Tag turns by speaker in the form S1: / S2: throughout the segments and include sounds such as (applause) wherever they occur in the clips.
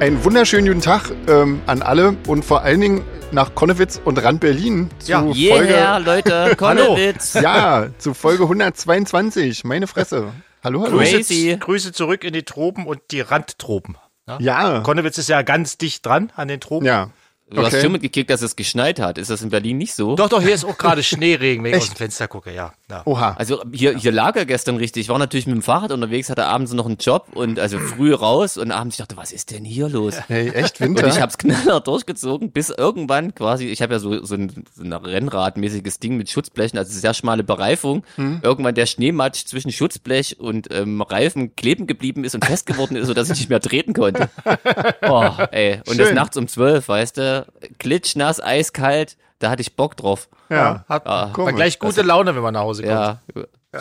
S1: Einen wunderschönen guten Tag ähm, an alle und vor allen Dingen nach Konnewitz und Rand Berlin zu
S2: Ja.
S1: Folge
S3: Yeah, Leute, Konnewitz.
S1: ja zu Folge 122. Meine Fresse. Hallo hallo.
S3: Great.
S2: Grüße,
S3: Crazy.
S2: Grüße zurück in die Tropen und die Randtropen. Ja.
S1: Ja.
S2: Konnewitz ist ja ganz dicht dran an den Tropen.
S1: Ja.
S3: Du hast schon mitgekriegt, dass es geschneit hat. Ist das in Berlin nicht so?
S2: Doch, doch, hier ist auch gerade Schneeregen, wenn ich aus dem Fenster gucke, ja. ja.
S1: Oha.
S3: Also hier, hier lag er gestern richtig. Ich war natürlich mit dem Fahrrad unterwegs, hatte abends noch einen Job und also früh raus und abends ich dachte, was ist denn hier
S2: (laughs)
S3: los?
S1: Hey, echt
S3: Und
S1: Winter.
S3: ich hab's (laughs) knaller durchgezogen, bis irgendwann quasi, ich habe ja so, so ein, so ein Rennradmäßiges Ding mit Schutzblechen, also sehr schmale Bereifung.
S2: Hm.
S3: Irgendwann der Schneematsch zwischen Schutzblech und ähm, Reifen kleben geblieben ist und fest geworden ist, sodass ich nicht mehr treten
S2: (laughs)
S3: konnte. Oh, ey. Und das
S1: Schön.
S3: nachts um zwölf, weißt du? Klitschnass, eiskalt, da hatte ich Bock drauf.
S1: ja.
S2: Hat
S1: komisch.
S2: man gleich gute Laune, wenn man nach Hause kommt.
S3: Ja.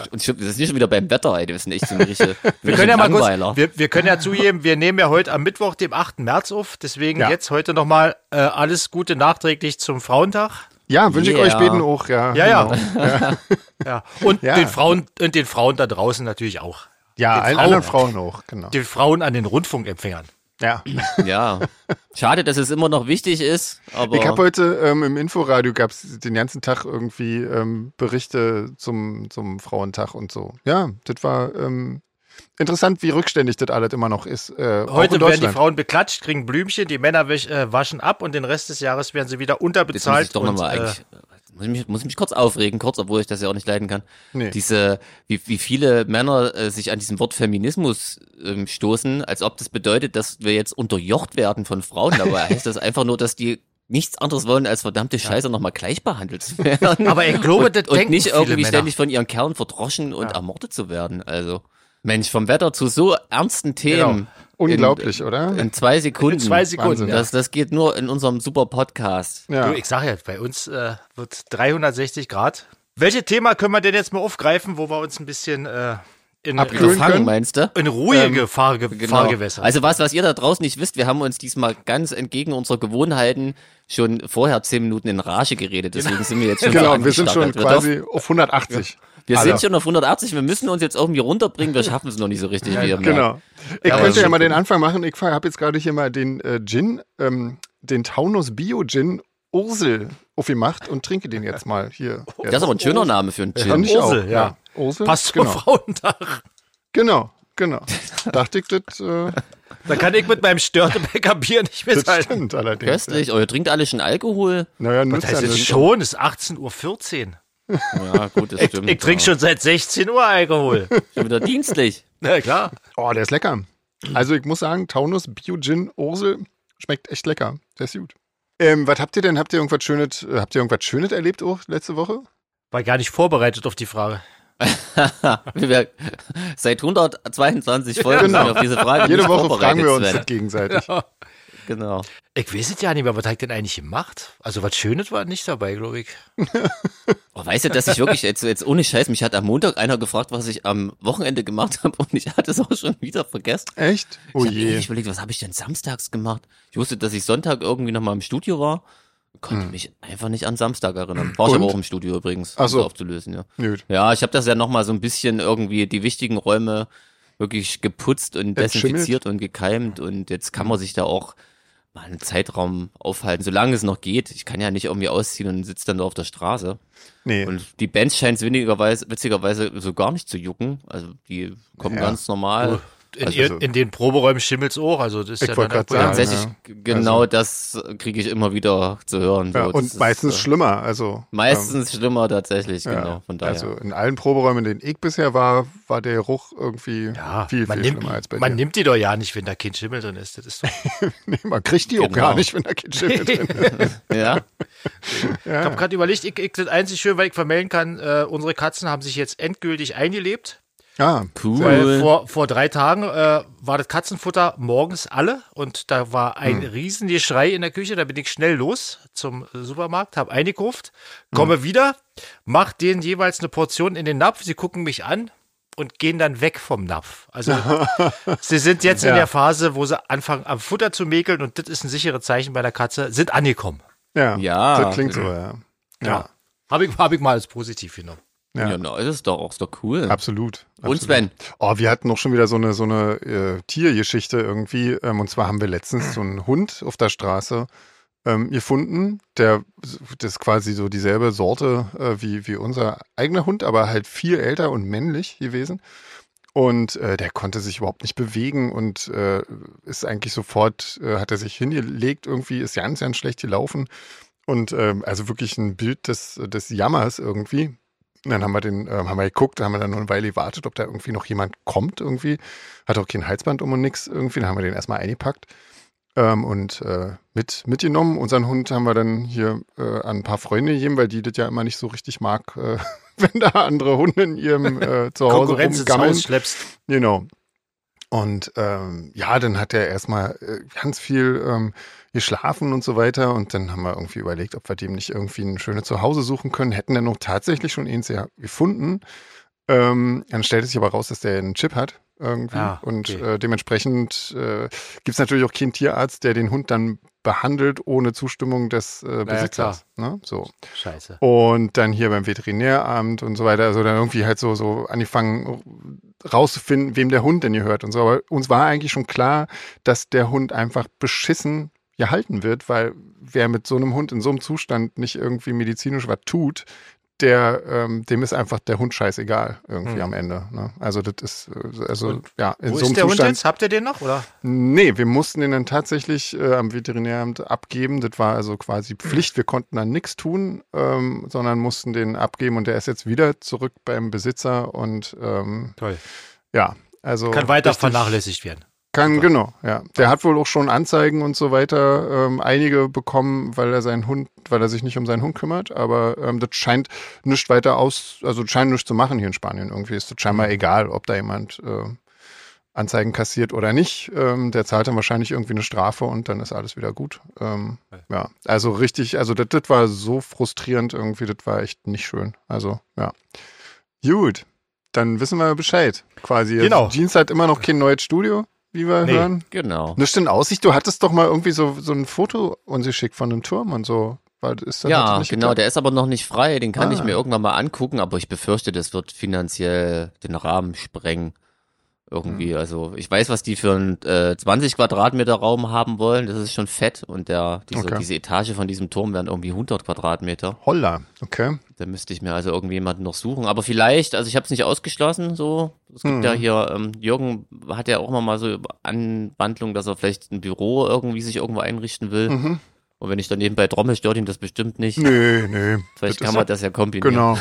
S3: Und schon- das ist nicht schon wieder beim Wetter, ey. Das sind echt so ein richtiger
S2: Wir können ja mal
S3: Langweiler.
S2: kurz, wir, wir können ja zugeben, wir nehmen ja heute am Mittwoch, dem 8. März auf, deswegen
S1: Ja.
S2: jetzt heute nochmal äh, alles Gute nachträglich zum Frauentag.
S1: Ja, wünsche ich
S3: Yeah.
S1: euch beiden auch. Ja.
S2: Ja, ja. (laughs) ja. Und,
S1: Ja.
S2: Den Frauen, und den Frauen da draußen natürlich auch.
S1: Ja,
S2: Den
S1: allen
S2: Frauen.
S1: anderen Frauen auch. Genau.
S2: Den Frauen an den Rundfunkempfängern.
S1: Ja.
S3: Ja. Schade, dass es immer noch wichtig ist, aber.
S1: Ich habe heute ähm, im Inforadio gab es den ganzen Tag irgendwie ähm, Berichte zum, zum Frauentag und so. Ja, das war ähm, interessant, wie rückständig das alles immer noch ist. Äh, auch in
S2: Heute werden die
S1: Deutschland.
S2: Frauen beklatscht, kriegen Blümchen, die Männer wäsch, äh, waschen ab und den Rest des Jahres werden sie wieder
S3: Jetzt muss
S2: unterbezahlt.
S3: ich doch
S2: und,
S3: nochmal eigentlich.
S2: äh,
S3: Muss ich, mich, muss ich mich kurz aufregen, kurz, obwohl ich das ja auch nicht leiden kann.
S1: Nee.
S3: Diese, wie, wie viele Männer äh, sich an diesem Wort Feminismus ähm, stoßen, als ob das bedeutet, dass wir jetzt unterjocht werden von
S2: (laughs)
S3: Frauen. Dabei heißt das einfach nur, dass die nichts anderes wollen, als verdammte Scheiße nochmal gleich behandelt zu werden.
S2: aber ich glaube,
S3: (laughs)
S2: das
S3: und
S2: denken
S3: nicht
S2: viele
S3: irgendwie
S2: Männer.
S3: ständig von ihren Kerlen verdroschen und ermordet zu werden. Also, Mensch, vom Wetter zu so ernsten
S2: Genau.
S3: Themen.
S1: Unglaublich, oder?
S3: In, in zwei Sekunden.
S2: zwei Sekunden,
S3: Das, das geht nur in unserem super Podcast.
S1: ja.
S2: Du, ich sage ja, bei uns äh, wird 360 Grad. Welches Thema können wir denn jetzt mal aufgreifen, wo wir uns ein bisschen äh, in,
S1: Abkühlen.
S2: in,
S3: Gefangen,
S1: können.
S3: meinst du?
S2: in ruhige Fahrge
S3: Genau.
S2: Fahrgewässer.
S3: Also was, was ihr da draußen nicht wisst, wir haben uns diesmal ganz entgegen unserer Gewohnheiten schon vorher zehn Minuten in Rage geredet. Deswegen sind wir
S1: (laughs)
S3: jetzt schon so
S1: Genau, wir sind schon
S3: angestachelt. wir dürfen-
S1: quasi auf 180.
S3: wir
S1: Alle.
S3: sind schon auf 180, wir müssen uns jetzt irgendwie runterbringen,
S1: (laughs)
S3: wir schaffen es noch nicht so richtig. wie ihr merkt.
S1: Genau. Ich
S3: aber
S1: könnte
S3: so
S1: ja mal
S3: gut.
S1: den Anfang machen. Ich habe jetzt gerade hier mal den äh, Gin, ähm, den Taunus Bio Gin Ursel aufgemacht und trinke den jetzt mal
S2: (laughs)
S1: hier.
S3: Das ist aber ein schöner Name für einen Gin.
S1: ich
S2: Ursel, ja.
S1: Ursel?
S2: Passt zum
S1: genau.
S2: Frauentag.
S1: Genau,
S3: (laughs)
S1: genau. Dachte ich, das, äh,
S2: Da kann ich mit meinem Störtebecker Bier nicht
S1: das
S2: mithalten.
S1: stimmt allerdings.
S3: Köstlich, oh, ihr trinkt alle schon Alkohol?
S1: Naja, nutzt
S2: Das
S1: ja
S2: heißt jetzt
S1: nicht.
S2: schon, es ist 18.14 Uhr.
S3: Ja, gut, das stimmt.
S2: Ich trinke schon seit 16
S1: (laughs)
S2: Uhr Alkohol.
S3: schon wieder dienstlich. (laughs)
S2: Na klar.
S1: Oh, der ist lecker. Also ich muss sagen, Taunus Bio Gin Ursel schmeckt echt lecker. Der ist gut. Ähm, was habt ihr denn? Habt ihr irgendwas Schönes, äh, habt ihr irgendwas Schönes erlebt auch letzte Woche?
S2: War gar nicht vorbereitet auf die Frage.
S3: Wir- Seit 122 Folgen
S1: Genau.
S3: sind auf diese Frage
S1: Jede
S3: nicht
S1: Woche
S3: vorbereitet,
S1: fragen wir uns
S3: Sven.
S1: das
S3: (laughs)
S1: gegenseitig.
S3: Genau.
S2: Ich weiß es ja nicht mehr, was hat ich denn eigentlich gemacht? Also was Schönes war nicht dabei, glaube ich.
S3: Oh, weißt du, dass ich wirklich jetzt, jetzt ohne Scheiß, mich hat am Montag einer gefragt, was ich am Wochenende gemacht habe und ich hatte es auch schon wieder vergessen.
S1: Echt? Oh
S3: ich habe
S1: je.
S3: ewig überlegt, was habe ich denn samstags gemacht? Ich wusste, dass ich Sonntag irgendwie nochmal im Studio war, konnte mich einfach nicht an Samstag erinnern. War ich
S1: Hm. Und?
S3: aber auch im Studio übrigens,
S1: Ach
S3: um
S1: so.
S3: so aufzulösen, ja.
S1: Nö.
S3: Ja, ich habe das ja nochmal so ein bisschen irgendwie die wichtigen Räume wirklich geputzt und
S1: Entschimmelt.
S3: desinfiziert und gekeimt und jetzt kann man sich da auch mal einen Zeitraum aufhalten, solange es noch geht. Ich kann ja nicht irgendwie ausziehen und sitze dann da auf der Straße.
S1: Nee.
S3: Und die Bands scheint es witzigerweise, witzigerweise so gar nicht zu jucken. Also die kommen
S1: Ja.
S3: ganz normal.
S2: In,
S1: Also
S2: ihr,
S1: so-
S2: in den Proberäumen schimmelt's auch. Also das ist
S1: Ich
S2: ja
S1: wollte
S2: dann
S1: grad sagen.
S3: Tatsächlich,
S1: ja.
S3: g- genau das kriege ich immer wieder zu hören.
S1: Also
S3: So,
S1: Ja,
S3: das
S1: und
S3: ist,
S1: meistens
S3: äh,
S1: schlimmer. Also,
S3: meistens schlimmer tatsächlich,
S1: ähm, ja.
S3: genau. Von daher.
S1: Also in allen Proberäumen, in denen ich bisher war, war der Geruch irgendwie
S2: Ja,
S1: viel,
S2: man,
S1: viel
S2: nimmt,
S1: schlimmer als bei
S2: man
S1: dir.
S2: nimmt die doch ja nicht, wenn da kein Schimmel drin ist. Das ist doch,
S1: (laughs) Nee, man kriegt die auch
S3: Genau.
S1: gar nicht, wenn da kein
S3: (laughs)
S1: Schimmel drin ist. (laughs)
S3: ja.
S2: Ich habe gerade überlegt, ich, ich, das einzig schön, weil ich vermelden kann, äh, unsere Katzen haben sich jetzt endgültig eingelebt.
S1: Ja,
S3: Cool.
S2: Weil vor, vor drei Tagen äh, war das Katzenfutter morgens alle und da war ein
S1: Hm.
S2: Riesengeschrei in der Küche. Da bin ich schnell los zum Supermarkt, habe eingekauft, komme
S1: Hm.
S2: wieder, mach denen jeweils eine Portion in den Napf. Sie gucken mich an und gehen dann weg vom Napf.
S1: (laughs)
S2: Also sie sind jetzt in der Phase, wo sie anfangen am Futter zu mäkeln und das ist ein sicheres Zeichen bei der Katze, sind angekommen.
S1: ja.
S2: Genau.
S3: Ja.
S1: Das klingt so, ja. Ja.
S2: Habe ich, hab ich mal als positiv genommen.
S3: Ja, na, ist es doch auch, ist doch cool.
S1: Absolut, absolut.
S3: Und Sven,
S1: Oh, wir hatten noch schon wieder so eine, so eine äh, Tiergeschichte irgendwie. Ähm, und zwar haben wir letztens so einen Hund auf der Straße ähm, gefunden, der das ist quasi so dieselbe Sorte äh, wie, wie unser eigener Hund, aber halt viel älter und männlich gewesen. Und äh, der konnte sich überhaupt nicht bewegen und äh, ist eigentlich sofort, äh, hat er sich hingelegt, irgendwie ist ganz, ganz schlecht gelaufen. Und ähm, also wirklich ein Bild des, des Jammers irgendwie. Und dann haben wir den, ähm, haben wir geguckt, haben wir dann nur eine Weile gewartet, ob da irgendwie noch jemand kommt irgendwie. Hat auch kein Halsband um und nix irgendwie. Dann haben wir den erstmal eingepackt ähm, und äh, mit, mitgenommen. Unseren Hund haben wir dann hier äh, an ein paar Freunde gegeben, weil die das ja immer nicht so richtig mag, äh, (laughs) wenn da andere Hunde in ihrem äh, Zuhause
S2: Konkurrenz ins
S1: rumgammeln.
S2: Haus schleppst.
S1: Genau. Und ähm, ja, dann hat er erstmal äh, ganz viel ähm, geschlafen und so weiter. Und dann haben wir irgendwie überlegt, ob wir dem nicht irgendwie ein schönes Zuhause suchen können. Hätten dann noch tatsächlich schon eins ja gefunden. Ähm, dann stellte sich aber raus, dass der einen Chip hat. Irgendwie.
S2: Ah,
S1: Und
S2: okay.
S1: äh, dementsprechend äh, gibt es natürlich auch keinen Tierarzt, der den Hund dann behandelt ohne Zustimmung des äh, Besitzers. ne? So.
S2: Scheiße.
S1: Und dann hier beim Veterinäramt und so weiter, also dann irgendwie halt so, so angefangen rauszufinden, wem der Hund denn gehört und so. Aber uns war eigentlich schon klar, dass der Hund einfach beschissen gehalten wird, weil wer mit so einem Hund in so einem Zustand nicht irgendwie medizinisch was tut, der, ähm, dem ist einfach der Hund scheißegal irgendwie
S2: Hm.
S1: am Ende. Ne? Also das ist, äh, also
S2: Und
S1: ja, in
S2: Wo
S1: so einem
S2: ist der Hund
S1: Zustand.
S2: jetzt? Habt ihr den noch? Oder?
S1: Nee, wir mussten den dann tatsächlich äh, am Veterinäramt abgeben. Das war also quasi Pflicht. Wir konnten dann nichts tun, ähm, sondern mussten den abgeben und der ist jetzt wieder zurück beim Besitzer und ähm,
S2: Toll.
S1: ja, also.
S2: Kann weiter
S1: richtig-
S2: vernachlässigt werden.
S1: Kann, genau, ja. Der hat wohl auch schon Anzeigen und so weiter, ähm, einige bekommen, weil er seinen Hund, weil er sich nicht um seinen Hund kümmert, aber ähm, das scheint nicht weiter aus, also das scheint nichts zu machen hier in Spanien. Irgendwie ist das scheinbar egal, ob da jemand äh, Anzeigen kassiert oder nicht. Ähm, der zahlt dann wahrscheinlich irgendwie eine Strafe und dann ist alles wieder gut. Ähm, ja, also richtig, also das, das war so frustrierend irgendwie, das war echt nicht schön. Also, ja. Gut, dann wissen wir Bescheid quasi.
S2: Genau.
S1: Also, Jeans hat immer noch kein neues Studio, wie wir
S2: Nee.
S1: hören.
S3: genau.
S1: Nicht in Aussicht, du hattest doch mal irgendwie so, so ein Foto uns geschickt von einem Turm und so. War, ist das hat das
S3: Ja,
S1: nicht
S3: genau,
S1: geklappt?
S3: der ist aber noch nicht frei, den kann
S1: Ah.
S3: ich mir irgendwann mal angucken, aber ich befürchte, das wird finanziell den Rahmen sprengen.
S1: Hm.
S3: Irgendwie, also ich weiß, was die für einen äh, 20 Quadratmeter Raum haben wollen, das ist schon fett und der, diese,
S1: Okay.
S3: diese Etage von diesem Turm wären irgendwie 100 Quadratmeter.
S1: Holla, okay.
S3: Da müsste ich mir also irgendwie jemanden noch suchen. Aber vielleicht, also ich habe es nicht ausgeschlossen, so. Es gibt
S1: Hm.
S3: ja hier, ähm, Jürgen hat ja auch immer mal so Anwandlung, dass er vielleicht ein Büro irgendwie sich irgendwo einrichten will.
S1: Mhm.
S3: Und wenn ich dann nebenbei trommel, stört ihm das bestimmt nicht.
S1: Nö, nö. das
S3: Vielleicht kann
S1: ist
S3: man
S1: ja-
S3: das ja kombinieren. (laughs)
S1: Genau.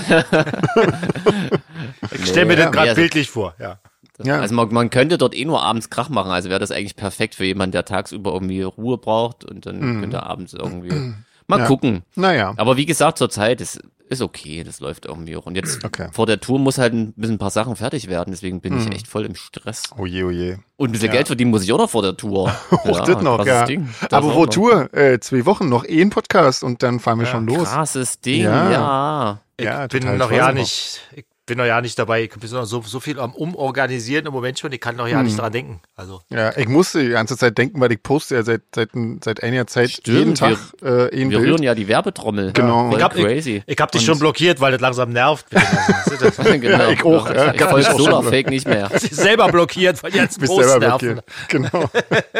S2: Ich stelle mir
S3: Nee,
S2: den gerade
S3: also-
S2: bildlich vor. Ja.
S1: Ja.
S3: Also man, man könnte dort eh nur abends Krach machen, also wäre das eigentlich perfekt für jemanden, der tagsüber irgendwie Ruhe braucht und dann könnte er
S1: (clears throat)
S3: abends irgendwie mal
S1: Mhm. Ja.
S3: gucken.
S1: Naja.
S3: Aber wie gesagt, zurzeit ist, ist okay, das läuft irgendwie auch. Und jetzt
S1: Okay.
S3: vor der Tour muss halt ein bisschen ein paar Sachen fertig werden, deswegen bin ich echt voll im Stress.
S1: Oje, oje.
S3: Und ein bisschen
S1: Ja.
S3: Geld verdienen muss ich auch noch vor der Tour.
S1: (laughs) Auch oh das noch,
S3: krasses
S1: ja.
S3: Ding. Das
S1: Aber
S3: auch
S1: wo
S3: noch.
S1: Tour? Äh, zwei Wochen, noch eh ein Podcast und dann fahren wir schon los.
S3: Krasses Ding,
S1: Ja.
S3: ja.
S2: Ich
S1: Ja,
S2: bin
S1: total
S2: noch
S1: stolz
S2: ja
S1: drauf.
S2: nicht, ich bin noch ja nicht dabei. Ich bin noch so, so viel am Umorganisieren im Moment schon. Ich kann noch ja
S1: Hm.
S2: nicht dran denken. Also
S1: Ja, ich musste die ganze Zeit denken, weil ich poste ja seit, seit, seit einiger Zeit
S3: Stimmt,
S1: jeden Tag äh, ein
S3: Wir
S1: Bild.
S3: rühren ja die Werbetrommel.
S1: Genau.
S3: Voll
S1: Ich
S2: hab-
S3: crazy.
S2: ich habe dich
S1: Und-
S2: schon blockiert, weil das langsam
S1: (laughs)
S2: nervt. Also,
S3: genau.
S1: Ja, ich auch, ja.
S3: Ich
S1: Kann ich auch
S3: folge
S1: schon
S3: Solarfake
S1: (laughs)
S3: nicht mehr.
S2: selber blockiert, weil die ganzen
S1: bist
S2: Posts
S1: selber
S2: nerven.
S1: blockiert. (laughs) Genau.
S3: (laughs)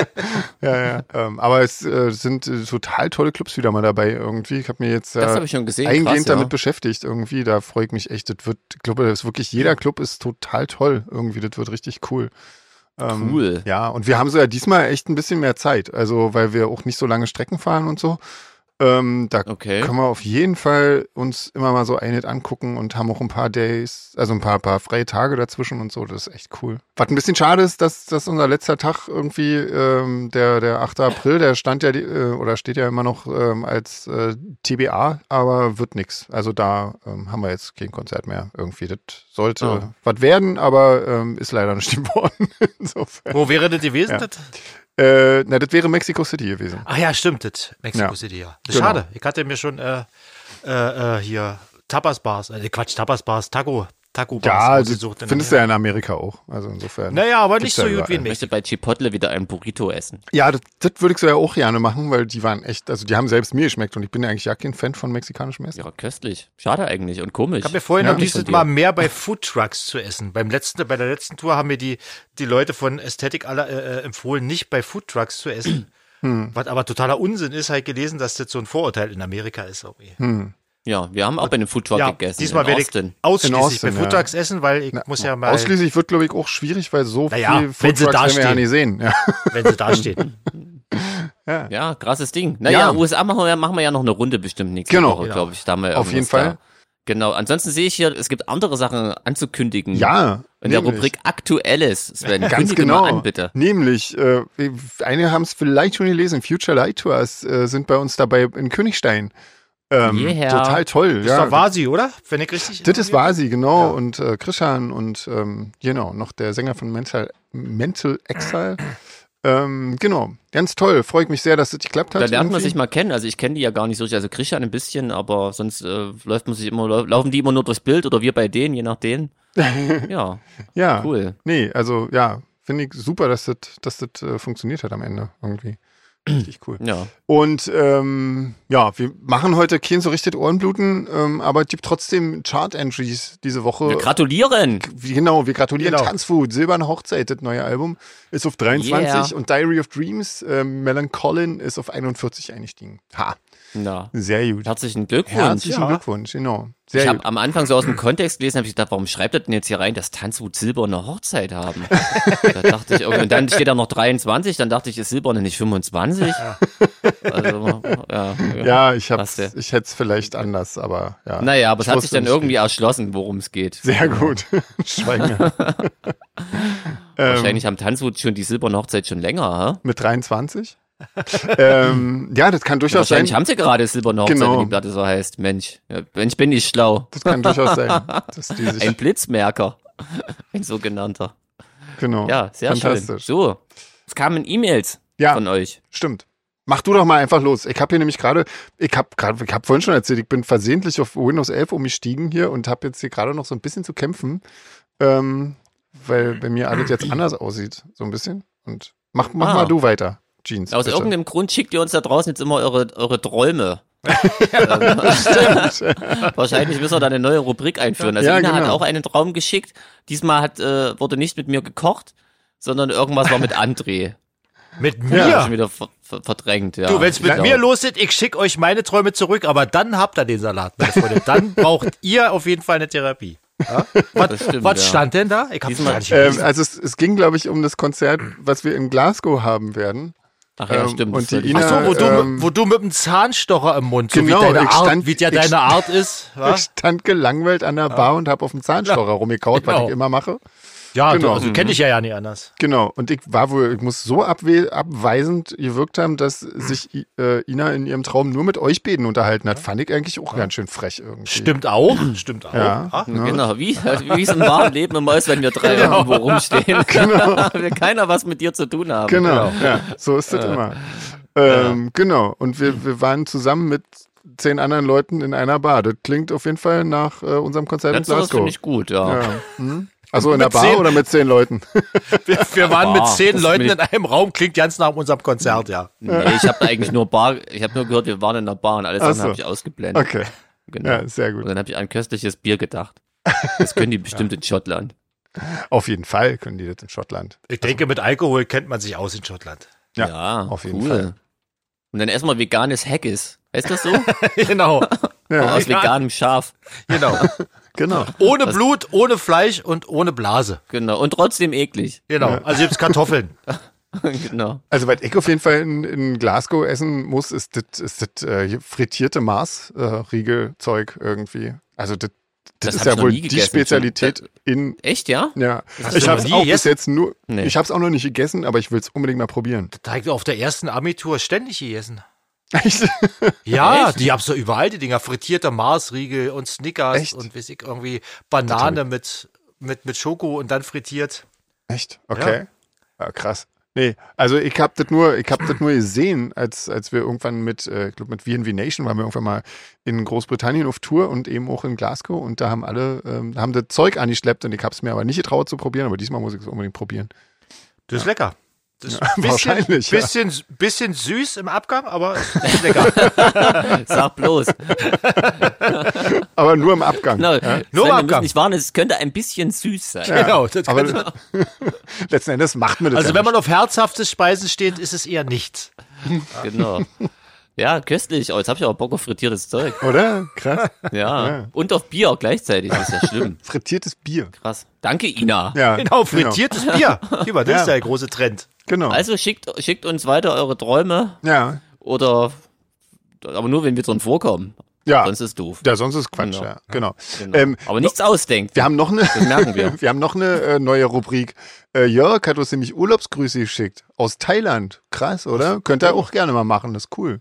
S1: ja, ja. Ähm, aber es äh, sind äh, total tolle Clubs wieder mal dabei irgendwie. Ich habe mir jetzt äh,
S3: Das habe ich schon gesehen.
S1: eingehend
S3: Krass,
S1: damit
S3: ja.
S1: beschäftigt irgendwie. Da freue ich mich echt. Das wird, ich glaube, das ist wirklich jeder Club ist total toll irgendwie. Das wird richtig cool. Ähm,
S3: Cool.
S1: Ja, und wir haben so ja diesmal echt ein bisschen mehr Zeit. Also, weil wir auch nicht so lange Strecken fahren und so. Ähm, da
S3: Okay.
S1: können wir auf jeden Fall uns immer mal so einet angucken und haben auch ein paar Days, also ein paar, paar freie Tage dazwischen und so. Das ist echt cool. Was ein bisschen schade ist, dass, dass unser letzter Tag irgendwie, ähm, der, der 8. April, der stand ja die- äh, oder steht ja immer noch ähm, als äh, TBA, aber wird nix. Also da ähm, haben wir jetzt kein Konzert mehr irgendwie. Das sollte
S3: Oh.
S1: was werden, aber ähm, ist leider nicht (laughs) geworden. Insofern.
S2: Wo wäre das gewesen?
S1: Ja.
S2: Das?
S1: Äh, na, das wäre Mexico City gewesen.
S2: Ach ja, stimmt, das Mexico
S1: Ja.
S2: City, ja. Das
S1: Genau.
S2: Schade, ich hatte mir schon äh, äh, äh, hier Tapas-Bars, äh, Quatsch, Tapas-Bars, Taco, Taco-Bars
S1: Ja, das
S2: ausgesucht in
S1: findest du ja in Amerika auch. Also insofern.
S2: Naja, aber nicht
S1: ja
S2: so gut wie
S1: überall.
S2: in
S3: Ich möchte
S2: Mexiko.
S3: bei Chipotle wieder einen Burrito essen.
S1: Ja, das, das würde ich so ja auch gerne machen, weil die waren echt, also die haben selbst mir geschmeckt und ich bin ja eigentlich ja kein Fan von mexikanischem Essen.
S3: Ja, köstlich. Schade eigentlich und komisch.
S2: Ich habe mir vorhin
S1: Ja,
S2: am
S3: nicht von
S2: liebsten
S3: dir.
S2: mal mehr bei Foodtrucks zu essen. Beim letzten, bei der letzten Tour haben mir die, die Leute von Ästhetik aller äh, äh, empfohlen, nicht bei Foodtrucks
S3: (clears throat)
S2: zu essen.
S3: Hm.
S2: Was aber totaler Unsinn ist, halt gelesen, dass das so ein Vorurteil in Amerika ist. Irgendwie.
S3: ja, wir haben auch bei einem Foodtruck
S2: Ja,
S3: Hm. gegessen.
S2: diesmal
S3: in
S2: werde ich
S3: Austin.
S2: ausschließlich
S1: Austin,
S2: bei
S1: ja.
S2: Foodtrucks essen, weil ich muss ja mal,
S1: Ausschließlich wird, glaube ich, auch schwierig, weil so
S2: Naja,
S1: viel
S2: wenn sie
S1: Foodtrucks werden wir ja
S2: dastehen.
S1: nicht sehen. Ja.
S2: wenn sie dastehen.
S3: (laughs) Ja, krasses Ding. Naja,
S1: Ja.
S3: USA machen wir, machen wir ja noch eine Runde bestimmt nächste
S1: Genau.
S3: Woche,
S1: Ja.
S3: glaube ich. Da haben wir
S1: Auf jeden
S3: irgendwas da.
S1: Fall.
S3: Genau. Ansonsten sehe ich hier, es gibt andere Sachen anzukündigen.
S1: Ja,
S3: In der
S1: nämlich.
S3: Rubrik Aktuelles.
S1: (laughs)
S3: Sven,
S1: Ganz
S3: kündige
S1: genau.
S3: mal an, bitte.
S1: Nämlich, äh, einige haben es vielleicht schon gelesen, Future Light Tours äh, sind bei uns dabei in Königstein. Ähm,
S3: Yeah.
S1: Total toll.
S2: Das
S1: ja.
S2: ist doch Vasi, oder? Wenn ich richtig.
S1: Das ist Vasi, genau. Und äh, Krishan und ähm, genau, noch der Sänger von Mental, Mental Exile. ähm, genau, ganz toll. Freue ich mich sehr, dass das geklappt hat.
S3: Da lernt man
S1: irgendwie.
S3: sich mal kennen. Also ich kenne die ja gar nicht so richtig. Also Christian ein bisschen, aber sonst äh, läuft man sich immer, lau- laufen die immer nur durchs Bild oder wir bei denen,
S1: (laughs)
S3: je nachdem. ja,
S1: Ja,
S3: cool.
S1: nee, also ja, finde ich super, dass das dass das, äh, funktioniert hat am Ende irgendwie. Richtig cool.
S3: Ja.
S1: Und ähm, ja, wir machen heute kein so richtig Ohrenbluten, ähm, aber es gibt trotzdem Chart-Entries diese Woche.
S3: Wir gratulieren.
S1: Wie- Genau, wir gratulieren
S2: Genau.
S1: Transfood, Silberne Hochzeit, das neue Album, ist auf 23
S3: Yeah.
S1: und Diary of Dreams, äh, Melancholin ist auf 41 eingestiegen. Ha,
S3: Na,
S1: sehr gut.
S3: herzlichen Glückwunsch.
S1: Herzlichen
S2: ja.
S1: Glückwunsch, genau.
S3: ich
S1: Sehr gut.
S3: habe am Anfang so aus dem Kontext gelesen, habe ich gedacht, warum schreibt er denn jetzt hier rein, dass Tanzwut Silber eine
S1: (laughs)
S3: Hochzeit haben? da dachte ich, okay, und dann steht da noch 23, dann dachte ich, ist Silberne nicht 25? Also, ja,
S1: Ja, ich, hab's,
S3: Was der-
S1: ich hätte es vielleicht anders, aber ja.
S3: Naja, aber es
S1: Ich
S3: hat
S1: wusste
S3: sich dann
S1: nicht,
S3: irgendwie
S1: wie-
S3: erschlossen, worum es geht.
S1: Sehr gut. (laughs)
S3: (laughs)
S1: Schweigen Ähm, wir. ähm,
S3: Wahrscheinlich haben Tanzwut schon die Silberne Hochzeit schon länger, hä?
S1: Mit 23? ähm, ja, das kann durchaus sein.
S3: Wahrscheinlich haben sie gerade Silberne Hochzeit,
S1: Genau.
S3: wenn die Platte so heißt. Mensch, ja, Mensch, bin ich schlau.
S1: Das kann durchaus
S3: (laughs)
S1: sein, dass die sich
S3: Ein Blitzmerker. (laughs) Ein sogenannter.
S1: Genau.
S3: Ja, sehr schön.
S1: Fantastisch.
S3: So, es kamen E-Mails
S1: Ja.
S3: von euch.
S1: Stimmt. Mach du doch mal einfach los. Ich habe hier nämlich gerade, ich habe gerade, ich habe vorhin schon erzählt, ich bin versehentlich auf Windows 11 umgestiegen hier und habe jetzt hier gerade noch so ein bisschen zu kämpfen, ähm, weil bei mir alles jetzt anders aussieht, so ein bisschen. Und mach, mach
S3: Ah.
S1: mal du weiter, Jeans.
S3: Aus
S1: bitte.
S3: irgendeinem Grund schickt ihr uns da draußen jetzt immer eure,
S1: (laughs)
S3: eure Träume. Ähm, Wahrscheinlich müssen wir da eine neue Rubrik einführen. Also
S1: Ja,
S3: Ina hat
S1: genau.
S3: auch einen Traum geschickt. Diesmal hat, äh, wurde nicht mit mir gekocht, sondern irgendwas war
S1: (laughs)
S3: mit André.
S2: Mit
S3: Ja. Hab ich
S2: mir.
S3: schon wieder ver ver verdrängt. Ja.
S2: Du, wenn es mit
S3: Genau.
S2: mir los ist, ich schicke euch meine Träume zurück, aber dann habt ihr den Salat, meine Freunde. Dann braucht ihr auf jeden Fall eine Therapie. Ja? Was,
S3: Das stimmt,
S2: was
S3: ja.
S2: stand denn da? Ich hab's
S3: Diesmal-
S2: gar
S1: (laughs)
S2: nicht
S1: Ähm, also es, es ging, glaube ich, um das Konzert, was wir in Glasgow haben werden.
S3: Ach ja,
S1: ähm,
S3: stimmt.
S1: und
S3: das
S1: die
S3: wollte ich-
S1: Ina-
S2: Ach so, wo, du,
S1: ähm,
S2: wo du mit dem Zahnstocher im Mund, so
S1: Genau,
S2: wie deine
S1: ich
S2: Art,
S1: stand-
S2: wie ja
S1: ich
S2: deine Art ist. wa?
S1: Ich stand gelangweilt an der Bar und habe auf dem Zahnstocher rumgekaut, was
S2: Genau.
S1: ich immer mache.
S2: Ja,
S1: genau.
S2: du, also kenne ich ja ja nicht anders.
S1: Genau, und ich war wohl, ich muss so abwe abweisend gewirkt haben, dass sich I- äh, Ina in ihrem Traum nur mit euch beiden unterhalten hat. Fand ich eigentlich auch ganz schön frech irgendwie.
S2: (laughs) Stimmt auch, stimmt auch.
S1: Ja. Genau.
S2: Ah,
S3: Genau, wie, wie es im wahren Leben immer ist, wenn
S1: (laughs)
S3: wir drei irgendwo rumstehen. (laughs) Will keiner was mit dir zu tun haben.
S1: Genau, ja, so ist das immer. Ähm, Genau, und wir, wir waren zusammen mit zehn anderen Leuten in einer Bar. Das klingt auf jeden Fall nach äh, unserem Konzert in
S3: Letzteres
S1: Glasgow.
S3: finde ich gut, ja.
S1: ja. hm? Also in der
S2: Mit
S1: Bar
S2: zehn-
S1: oder mit zehn Leuten? (laughs)
S2: Wir, wir waren mit
S3: Ah,
S2: zehn
S3: das
S2: Leuten
S3: bin ich-
S2: in einem Raum, klingt ganz nach unserem Konzert, ja.
S3: Nee, ich habe eigentlich nur Bar, ich habe nur gehört, wir waren in der Bar und alles
S1: so.
S3: andere habe ich ausgeblendet.
S1: Okay,
S3: Genau.
S1: ja, sehr
S3: Und
S1: gut.
S3: dann habe ich an köstliches Bier gedacht.
S1: (laughs)
S3: Das können die bestimmt in Schottland.
S1: Auf jeden Fall können die das in Schottland.
S2: Ich denke, mit Alkohol kennt man sich aus in Schottland. (laughs)
S1: Ja, auf
S3: auf
S1: jeden
S3: jeden cool.
S1: Fall.
S3: Fall. Und dann erstmal veganes Haggis. Heißt
S1: (laughs)
S3: das so?
S2: genau,
S1: Ja,
S3: Aus veganem Schaf.
S2: genau.
S1: genau.
S2: Ohne Blut, ohne Fleisch und ohne Blase.
S3: Genau. Und trotzdem eklig. (laughs)
S2: Genau, also gibt's Kartoffeln.
S3: genau.
S1: Also, was ich auf jeden Fall in, in Glasgow essen muss, ist das ist das, äh, hier frittierte Mars-Riegelzeug irgendwie. Also, das, das, ist
S3: Das hab äh,
S1: ja
S3: ich noch
S1: wohl
S3: nie
S1: die
S3: gegessen,
S1: Spezialitität in.
S3: Echt, ja?
S1: Ja,
S2: hast du
S1: ich
S2: noch
S1: habe es
S2: nie
S1: auch bis
S2: gegessen?
S1: jetzt nur.
S3: Nee.
S1: Ich habe es auch noch nicht gegessen, aber ich will es unbedingt mal probieren. (laughs)
S2: Da hab ich auf der ersten Ami-Tour ständig gegessen.
S1: Echt?
S2: Ja,
S3: Echt?
S2: die gab's doch überall, die Dinger. Frittierter Marsriegel und Snickers
S1: Echt?
S2: und weiß ich, irgendwie Banane mit, mit, mit Schoko und dann frittiert.
S1: Echt? Okay. Ja. krass. Nee, also ich habe das nur, ich habe das nur gesehen, als, als wir irgendwann mit, äh, ich glaube mit VNV Nation waren wir irgendwann mal in Großbritannien auf Tour und eben auch in Glasgow und da haben alle, ähm, haben das Zeug angeschleppt und ich habe es mir aber nicht getraut zu probieren, aber diesmal muss ich es unbedingt probieren.
S2: Das ist lecker. Das ist
S1: Ja,
S2: ein bisschen,
S1: wahrscheinlich, ja.
S2: bisschen, bisschen süß im Abgang, aber es ist (laughs) lecker.
S3: Sag bloß.
S1: Aber nur im Abgang.
S3: Genau.
S2: Nur
S3: Nur
S2: mal
S3: wir
S2: Abgang.
S3: müssen nicht warnen, es könnte ein bisschen süß sein.
S2: genau. Das
S1: Aber
S2: kann-
S1: (laughs) letzten Endes macht mir das
S2: also
S1: ja
S2: wenn man auf herzhaftes Speisen steht, ist es eher nichts.
S3: Genau. Ja, köstlich. Oh, jetzt habe ich auch Bock auf frittiertes Zeug.
S1: nicht, oder? Krass.
S3: Ja. Und auf Bier auch gleichzeitig. Das ist ja schlimm.
S1: Frittiertes Bier.
S3: Krass. Danke, Ina.
S1: Ja,
S2: Genau, frittiertes Bier. Über das
S1: Ja.
S2: ist ja der große Trend.
S1: Genau.
S3: Also schickt, schickt uns weiter eure Träume
S1: ja.
S3: oder aber nur wenn wir drin vorkommen.
S1: Ja.
S3: Sonst ist doof.
S1: ja, sonst ist Quatsch,
S3: Genau.
S1: ja. Genau.
S3: Genau.
S1: Ähm,
S3: aber nichts ausdenkt.
S1: wir haben noch eine,
S3: merken wir.
S1: (laughs) wir haben noch eine äh, neue Rubrik. Äh, Jörg hat uns nämlich Urlaubsgrüße geschickt aus Thailand. Krass, oder? Könnt ihr auch gerne mal machen, das ist cool.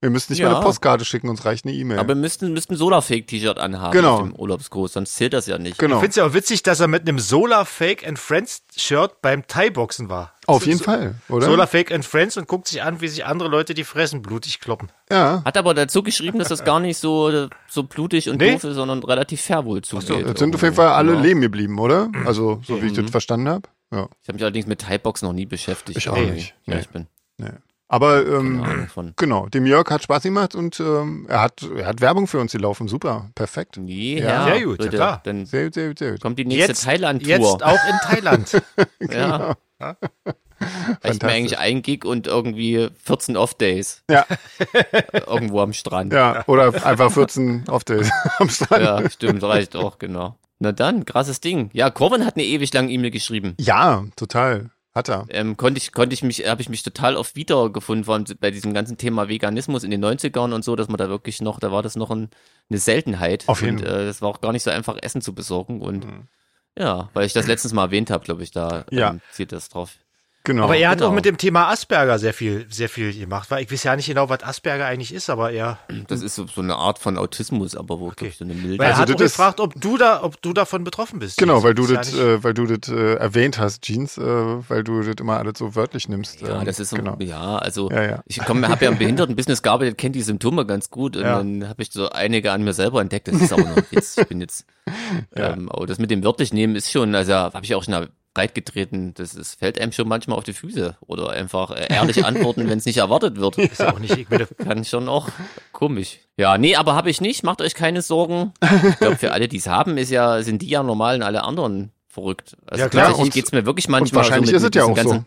S1: Wir müssen nicht mal
S3: Ja.
S1: eine Postkarte schicken, uns reicht eine E-Mail.
S3: Aber wir müssten, müssten Solarfake-T-Shirt anhaben
S1: Genau.
S3: auf dem Urlaubskurs, sonst zählt das ja nicht.
S1: Genau.
S2: Ich finde es ja auch witzig, dass er mit einem Solar Fake and Friends Shirt beim Thai-Boxen war.
S1: Auf jeden Fall, oder?
S2: Solar Fake and Friends und guckt sich an, wie sich andere Leute die Fressen blutig kloppen.
S1: ja.
S3: Hat aber dazu geschrieben, dass das gar nicht so, so blutig und
S2: Nee.
S3: doof ist, sondern relativ fair wohl zugeht.
S1: Jetzt sind auf
S3: irgendwo.
S1: jeden Fall alle
S3: Ja. Mhm.
S1: leben geblieben, oder? Also, so wie ich das verstanden habe. Ja.
S3: Ich habe mich allerdings mit Thai-Box noch nie beschäftigt.
S1: Ich auch
S3: Irgendwie.
S1: nicht.
S3: Ja,
S1: Nee.
S3: ich bin. (clears throat)
S1: Nee. Aber ähm,
S3: Ahnung von.
S1: genau, dem Jörg hat Spaß gemacht und ähm, er, hat, er hat Werbung für uns gelaufen. Super, perfekt.
S3: Nee,
S1: Ja.
S3: ja,
S2: Sehr gut, ja
S3: Leute,
S2: klar.
S3: Dann
S1: Sehr gut, sehr gut, sehr gut.
S3: kommt die nächste Thailand-Tour.
S2: Jetzt auch in
S1: (laughs)
S2: Thailand.
S1: genau.
S3: Ja. Reicht mir eigentlich ein Gig und irgendwie 14 Off-Days
S1: Ja,
S3: (laughs) irgendwo am Strand.
S1: ja. Oder einfach 14 auf der (laughs) am Strand.
S3: Ja, stimmt, reicht auch, genau. Na dann, krasses Ding. Ja, Corwin hat eine ewig lange E-Mail geschrieben.
S1: Ja, total. Hat er.
S3: Ähm, konnte ich, konnte ich mich, habe ich mich total oft wiedergefunden worden bei diesem ganzen Thema Veganismus in den 90ern und so, dass man da wirklich noch, da war das noch ein, eine Seltenheit.
S1: Auf jeden
S3: Und äh, das war auch gar nicht so einfach, Essen zu besorgen. Und ja, weil ich das letztens mal erwähnt habe, glaube ich, da
S1: Ja.
S3: ähm, zielt das drauf.
S1: Genau.
S2: Aber er hat auch
S3: Genau.
S2: mit dem Thema Asperger sehr viel, sehr viel gemacht. Weil ich weiß ja nicht genau, was Asperger eigentlich ist, aber er.
S3: Das ist so, so eine Art von Autismus, aber wo okay. ich, so eine milde.
S2: Weil er
S1: Also
S2: hat auch
S1: das ist-
S2: gefragt, ob du da, ob du davon betroffen bist.
S1: Genau, weil du
S2: Ist ja
S1: das,
S2: nicht-
S1: äh, weil du das äh, erwähnt hast, Jeans, äh, weil du das immer alles so wörtlich nimmst.
S3: Ja,
S1: ähm,
S3: das ist so,
S1: genau.
S3: ja, also
S1: Ja, ja.
S3: ich komme, habe ja im Behindertenbusiness gearbeitet, kenne die Symptome ganz gut und
S1: Ja.
S3: dann habe ich so einige an mir selber entdeckt. Das ist auch noch jetzt, ich
S1: (laughs)
S3: bin jetzt, ähm, aber das mit dem wörtlich nehmen ist schon, also habe ich auch schon breit getreten, das ist, fällt einem schon manchmal auf die Füße oder einfach äh,
S1: (laughs)
S3: ehrlich antworten, wenn es nicht erwartet wird.
S2: Ist ja auch nicht. Ich meine,
S3: Kann schon auch komisch. Ja, nee, aber habe ich nicht, macht euch keine Sorgen. Ich glaube, für alle, die es haben, ist ja, sind die ja normal und alle anderen verrückt. Also
S2: Ja,
S3: ja,
S2: klar,
S3: klar,
S1: und-
S3: tatsächlich geht's mir wirklich manchmal.
S1: und wahrscheinlich
S3: so
S1: ist es ja
S3: diesem
S1: auch so.
S3: ganzen-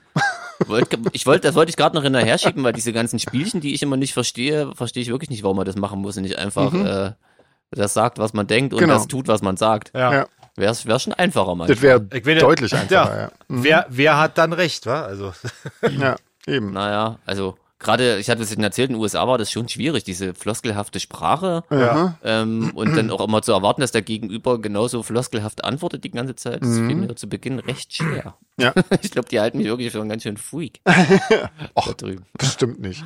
S3: Wollt, ich wollte, das wollte ich gerade noch hinterher schieben, weil diese ganzen Spielchen, die ich immer nicht verstehe, verstehe ich wirklich nicht, warum man das machen muss und nicht einfach äh, das sagt, was man denkt und
S1: Mhm. Genau.
S3: das tut, was man sagt.
S2: ja.
S1: (laughs) Ja,
S3: Wäre wär schon einfacher, man.
S1: das wäre
S2: Ich meine,
S1: deutlich einfacher.
S2: (laughs) ja.
S1: Ja. Mhm.
S2: Wer, wer hat dann recht, wa? Also,
S1: Ja, eben.
S3: Naja, also gerade, ich hatte es Ihnen erzählt, in den USA war das schon schwierig, diese floskelhafte Sprache.
S1: Aha.
S3: Ähm, und dann auch immer zu erwarten, dass der Gegenüber genauso floskelhaft antwortet die ganze Zeit, das fiel
S2: Mhm.
S3: mir zu Beginn recht schwer. (laughs)
S1: Ja.
S3: Ich glaube, die halten mich wirklich für einen ganz schön
S2: (laughs)
S3: Freak. da drüben.
S1: Bestimmt nicht.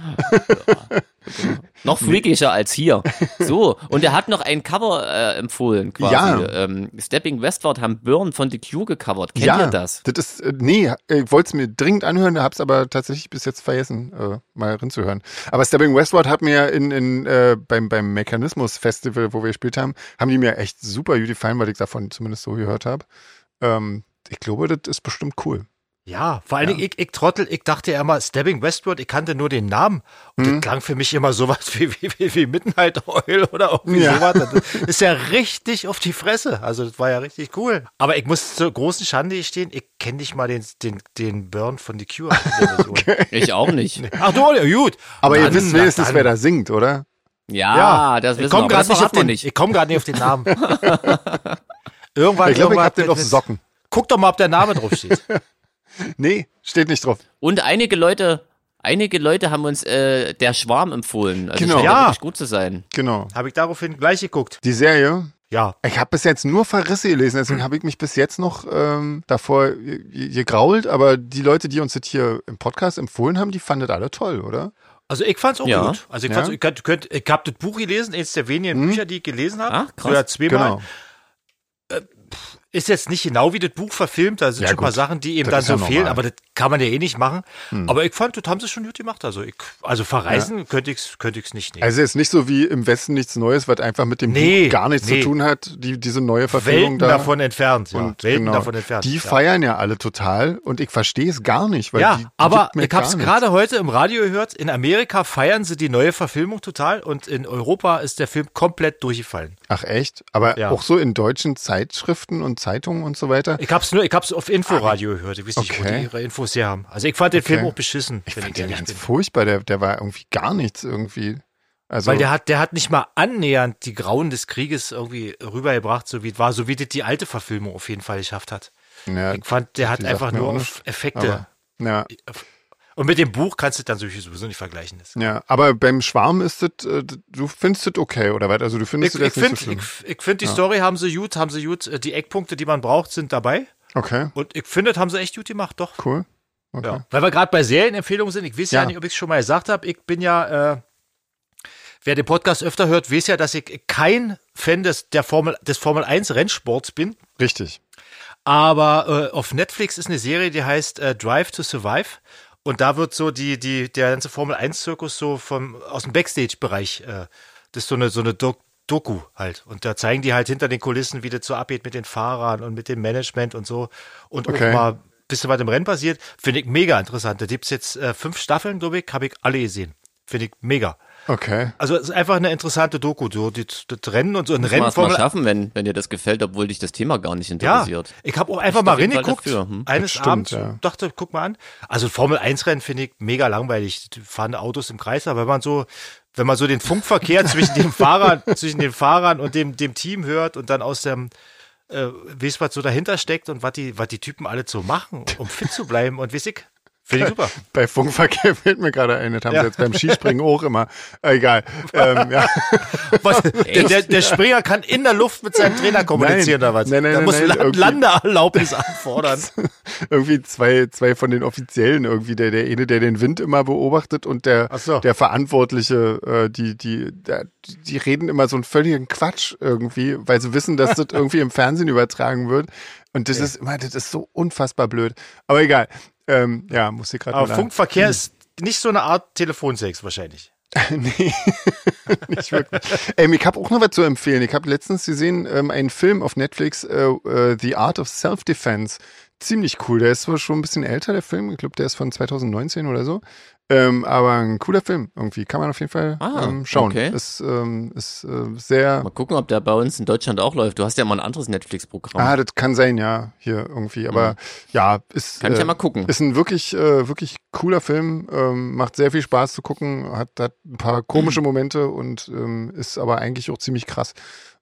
S3: Noch freakischer als hier. So, und er hat noch ein Cover äh, empfohlen, quasi.
S1: Ja.
S3: Ähm, Stepping Westward haben Burn von The Cure gecovert. (laughs) Kennt
S1: ja,
S3: ihr das?
S1: ist, äh, nee, ich wollte es mir dringend anhören, hab's aber tatsächlich bis jetzt vergessen, äh, mal reinzuhören. Aber Stepping Westward hat mir in, in, äh, beim, beim Mechanismus Festival, wo wir gespielt haben, haben die mir echt super gut gefallen, weil ich davon zumindest so gehört habe. Ähm, ich glaube, das ist bestimmt cool.
S2: ja, vor allen Dingen, ich, ich Trottel, ich dachte ja immer, Stabbing Westward, ich kannte nur den Namen. Und
S1: Mhm.
S2: das klang für mich immer sowas wie, wie, wie, wie Midnight Oil (laughs) oder irgendwie
S1: Ja.
S2: sowas. Das ist ja richtig auf die Fresse. Also, das war ja richtig cool. Aber ich muss zur großen Schande stehen, ich kenne nicht mal den, den, den Burn von The Cure. in der
S1: (laughs)
S2: Version.
S3: Ich auch
S2: (laughs)
S3: nicht.
S2: Ach du, ja, gut.
S1: Aber ihr
S2: Dann-
S1: wisst wenigstens,
S2: dann-
S1: wer da singt, oder?
S3: Ja,
S2: Ja,
S3: das wissen
S2: ich
S3: wir,
S2: komme
S3: aber
S2: gerade
S3: das
S2: nicht, auf
S3: verraten wir
S2: den-
S3: nicht.
S2: ich komm grad nicht auf den
S1: (laughs)
S2: Namen. irgendwann,
S1: Ich glaube, ich
S2: irgendwann-
S1: hab den auf Socken.
S2: Guck doch mal, ob der Name drauf
S1: (laughs)
S2: steht.
S1: Nee, steht nicht drauf.
S3: Und einige Leute, einige Leute haben uns äh, Der Schwarm empfohlen. Also
S1: Genau.
S3: scheint
S2: Ja.
S3: wirklich gut zu sein.
S1: Genau.
S2: Habe ich daraufhin gleich geguckt.
S1: Die Serie,
S2: Ja,
S1: ich habe bis jetzt nur Verrisse gelesen, deswegen habe ich mich bis jetzt noch ähm, davor ge- ge- gegrault, aber die Leute, die uns das hier im Podcast empfohlen haben, die fandet alle toll, oder?
S2: also ich fand's auch
S3: Ja.
S2: gut. Also ich
S1: Ja. Hm?
S2: fand's, ich, könnt, könnt, ich hab das Buch gelesen, eines der wenigen Bücher, die ich gelesen habe.
S3: Ah, krass.
S2: Sogar zweimal.
S1: Genau.
S2: Ist jetzt nicht genau wie das Buch verfilmt, da sind
S1: Ja,
S2: schon ein paar
S1: gut.
S2: Sachen, die eben
S1: Das
S2: dann
S1: ist
S2: so
S1: ja
S2: fehlen,
S1: normal. Hm.
S2: aber das kann man ja eh nicht machen. Aber ich fand, das haben sie schon gut gemacht. Also, ich, also verreisen könnte ich es könnte ich's nicht nehmen.
S1: Also jetzt nicht so wie im Westen nichts Neues, was einfach mit dem
S2: Nee,
S1: Buch gar nichts
S2: nee.
S1: zu tun hat, die, diese neue Verfilmung
S2: Welten
S1: da.
S2: davon entfernt. Ja.
S1: Und
S2: Welten
S1: genau,
S2: davon entfernt.
S1: Die
S2: ja.
S1: feiern ja alle total und ich verstehe es gar nicht, weil
S2: ja,
S1: die, die
S2: aber
S1: gibt mir
S2: ich habe es
S1: gar
S2: gerade heute im Radio gehört. In Amerika feiern sie die neue Verfilmung total und in Europa ist der Film komplett durchgefallen.
S1: nichts. Ach echt? Aber
S2: Ja.
S1: auch so in deutschen Zeitschriften und Zeitungen und so weiter.
S2: Ich hab's nur, ich hab's auf Inforadio gehört. Ich weiß nicht, wo
S1: Ah, Okay.
S2: die ihre Infos her haben. Also ich fand den
S1: Okay.
S2: Film auch beschissen.
S1: Ich
S2: wenn
S1: fand den
S2: ehrlich
S1: ganz
S2: bin.
S1: furchtbar. Der, der war irgendwie gar nichts irgendwie. Also,
S2: Weil der hat, der hat nicht mal annähernd die Grauen des Krieges irgendwie rübergebracht, so wie es war, so wie das die alte Verfilmung auf jeden Fall geschafft hat.
S1: ja,
S2: Ich fand, der hat
S1: die
S2: einfach
S1: sagt mir
S2: nur
S1: auch
S2: auf Effekte.
S1: aber, ja,
S2: Und mit dem Buch kannst du dann sowieso nicht vergleichen. Das
S1: ja, aber beim Schwarm ist das, äh, du findest das okay oder was? Also du findest
S2: Ich,
S1: das
S2: ich
S1: jetzt nicht so
S2: finde,
S1: schlimm.
S2: ich, ich find, die Story haben sie gut, haben sie gut. äh, Die Eckpunkte, die man braucht, sind dabei.
S1: Okay,
S2: Und ich finde, das haben sie echt gut gemacht, doch.
S1: cool. Okay.
S2: Ja. Weil wir gerade bei Serienempfehlungen sind, ich weiß ja,
S1: Ja.
S2: nicht, ob ich es schon mal gesagt habe, ich bin ja, äh, wer den Podcast öfter hört, weiß ja, dass ich kein Fan des, der Formel, des Formel 1 Rennsports bin.
S1: Richtig.
S2: Aber äh, auf Netflix ist eine Serie, die heißt äh, Drive to Survive. Und da wird so die, die, der ganze Formel 1-Zirkus so vom, aus dem Backstage-Bereich. Äh, das ist so eine, so eine Dok Doku halt. Und da zeigen die halt hinter den Kulissen, wie das so abgeht mit den Fahrern und mit dem Management und so. Und
S1: Okay.
S2: auch mal ein bisschen was im Rennen passiert. Finde ich mega interessant. Da gibt es jetzt äh, fünf Staffeln, glaube ich, habe ich alle gesehen. Finde ich mega.
S1: Okay.
S2: Also es ist einfach eine interessante Doku. So die, das Rennen und so
S3: Kann
S2: ein
S3: man
S2: Rennen
S3: es mal
S2: Formel
S3: schaffen, wenn, wenn dir das gefällt, obwohl dich das Thema gar nicht
S2: Ja,
S3: interessiert.
S2: ich habe auch einfach
S3: Ich
S2: mal
S3: auf jeden Fall
S2: reingeguckt,
S3: dafür, hm.
S2: eines
S1: stimmt,
S2: Abends,
S1: ja.
S2: dachte, guck mal an. Also Formel-1-Rennen finde ich mega langweilig. Die fahren Autos im Kreis, aber wenn man so, wenn man so
S1: (laughs)
S2: den Funkverkehr zwischen dem Fahrer, zwischen den Fahrern und dem, dem Team hört und dann aus dem, äh, weißt, was so dahinter steckt und was die, was die Typen alle so machen, um fit zu bleiben und weiß ich, finde
S1: (laughs)
S2: ich super.
S1: Bei Funkverkehr (laughs) fällt mir gerade ein, das haben
S2: Ja.
S1: sie jetzt beim Skispringen auch immer. Äh,
S2: (laughs)
S1: Egal. Ähm, ja.
S2: Was, der, der, der Springer kann in der Luft mit seinem Trainer kommunizieren
S1: Nein,
S2: oder was?
S1: nein, nein,
S2: da
S1: nein,
S2: muss
S1: nein,
S2: Land
S1: irgendwie-
S2: Landeerlaubnis anfordern.
S1: (laughs) irgendwie zwei, zwei von den Offiziellen irgendwie, der, der eine, der den Wind immer beobachtet und der,
S2: Ach so.
S1: der Verantwortliche, äh, die, die, der, die reden immer so einen völligen Quatsch irgendwie, weil sie wissen,
S2: (laughs)
S1: dass das irgendwie im Fernsehen übertragen wird. Und das ist immer, das ist so unfassbar blöd. Aber egal. Ähm, ja, muss ich gerade
S2: Aber
S1: mal sagen.
S2: Funkverkehr ist nicht so eine Art Telefonsex wahrscheinlich.
S1: Nee, (laughs) nicht wirklich. ähm, ich habe auch noch was zu empfehlen. Ich habe letztens gesehen ähm, einen Film auf Netflix, äh, äh, The Art of Self-Defense. Ziemlich cool. Der ist zwar schon ein bisschen älter, der Film. Ich glaube, der ist von 2019 oder so. Ähm, aber ein cooler Film irgendwie. Kann man auf jeden Fall
S3: Ah,
S1: ähm, schauen.
S3: okay.
S1: Ist, ähm, ist äh, sehr.
S3: Mal gucken, ob der bei uns in Deutschland auch läuft. Du hast ja mal ein anderes Netflix-Programm.
S1: Ah, das kann sein, ja, hier irgendwie. Aber ja, ist.
S3: Mhm. Kann ich ja
S1: äh,
S3: mal gucken.
S1: Ist ein wirklich, äh, wirklich cooler Film, ähm, macht sehr viel Spaß zu gucken, hat, hat ein paar komische Momente und ähm, ist aber eigentlich auch ziemlich krass.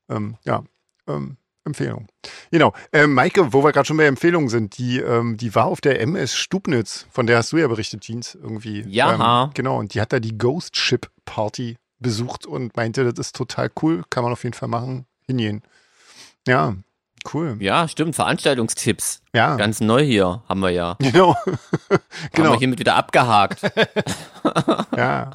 S1: Ähm, ja, ähm, Empfehlung. Genau. Ähm, Maike, wo wir gerade schon bei Empfehlungen sind, die, ähm, die war auf der MS Stubnitz, von der hast du ja berichtet, Jeans, irgendwie.
S3: Ja.
S1: Ähm, genau, und die hat da die Ghost Ship Party besucht und meinte, das ist total cool, kann man auf jeden Fall machen, hingehen. Ja, cool.
S3: Ja, stimmt. Veranstaltungstipps.
S1: Ja, (laughs)
S3: Ganz neu hier haben wir ja.
S1: genau.
S3: Haben
S1: genau.
S3: wir hiermit wieder abgehakt.
S1: (laughs) Ja,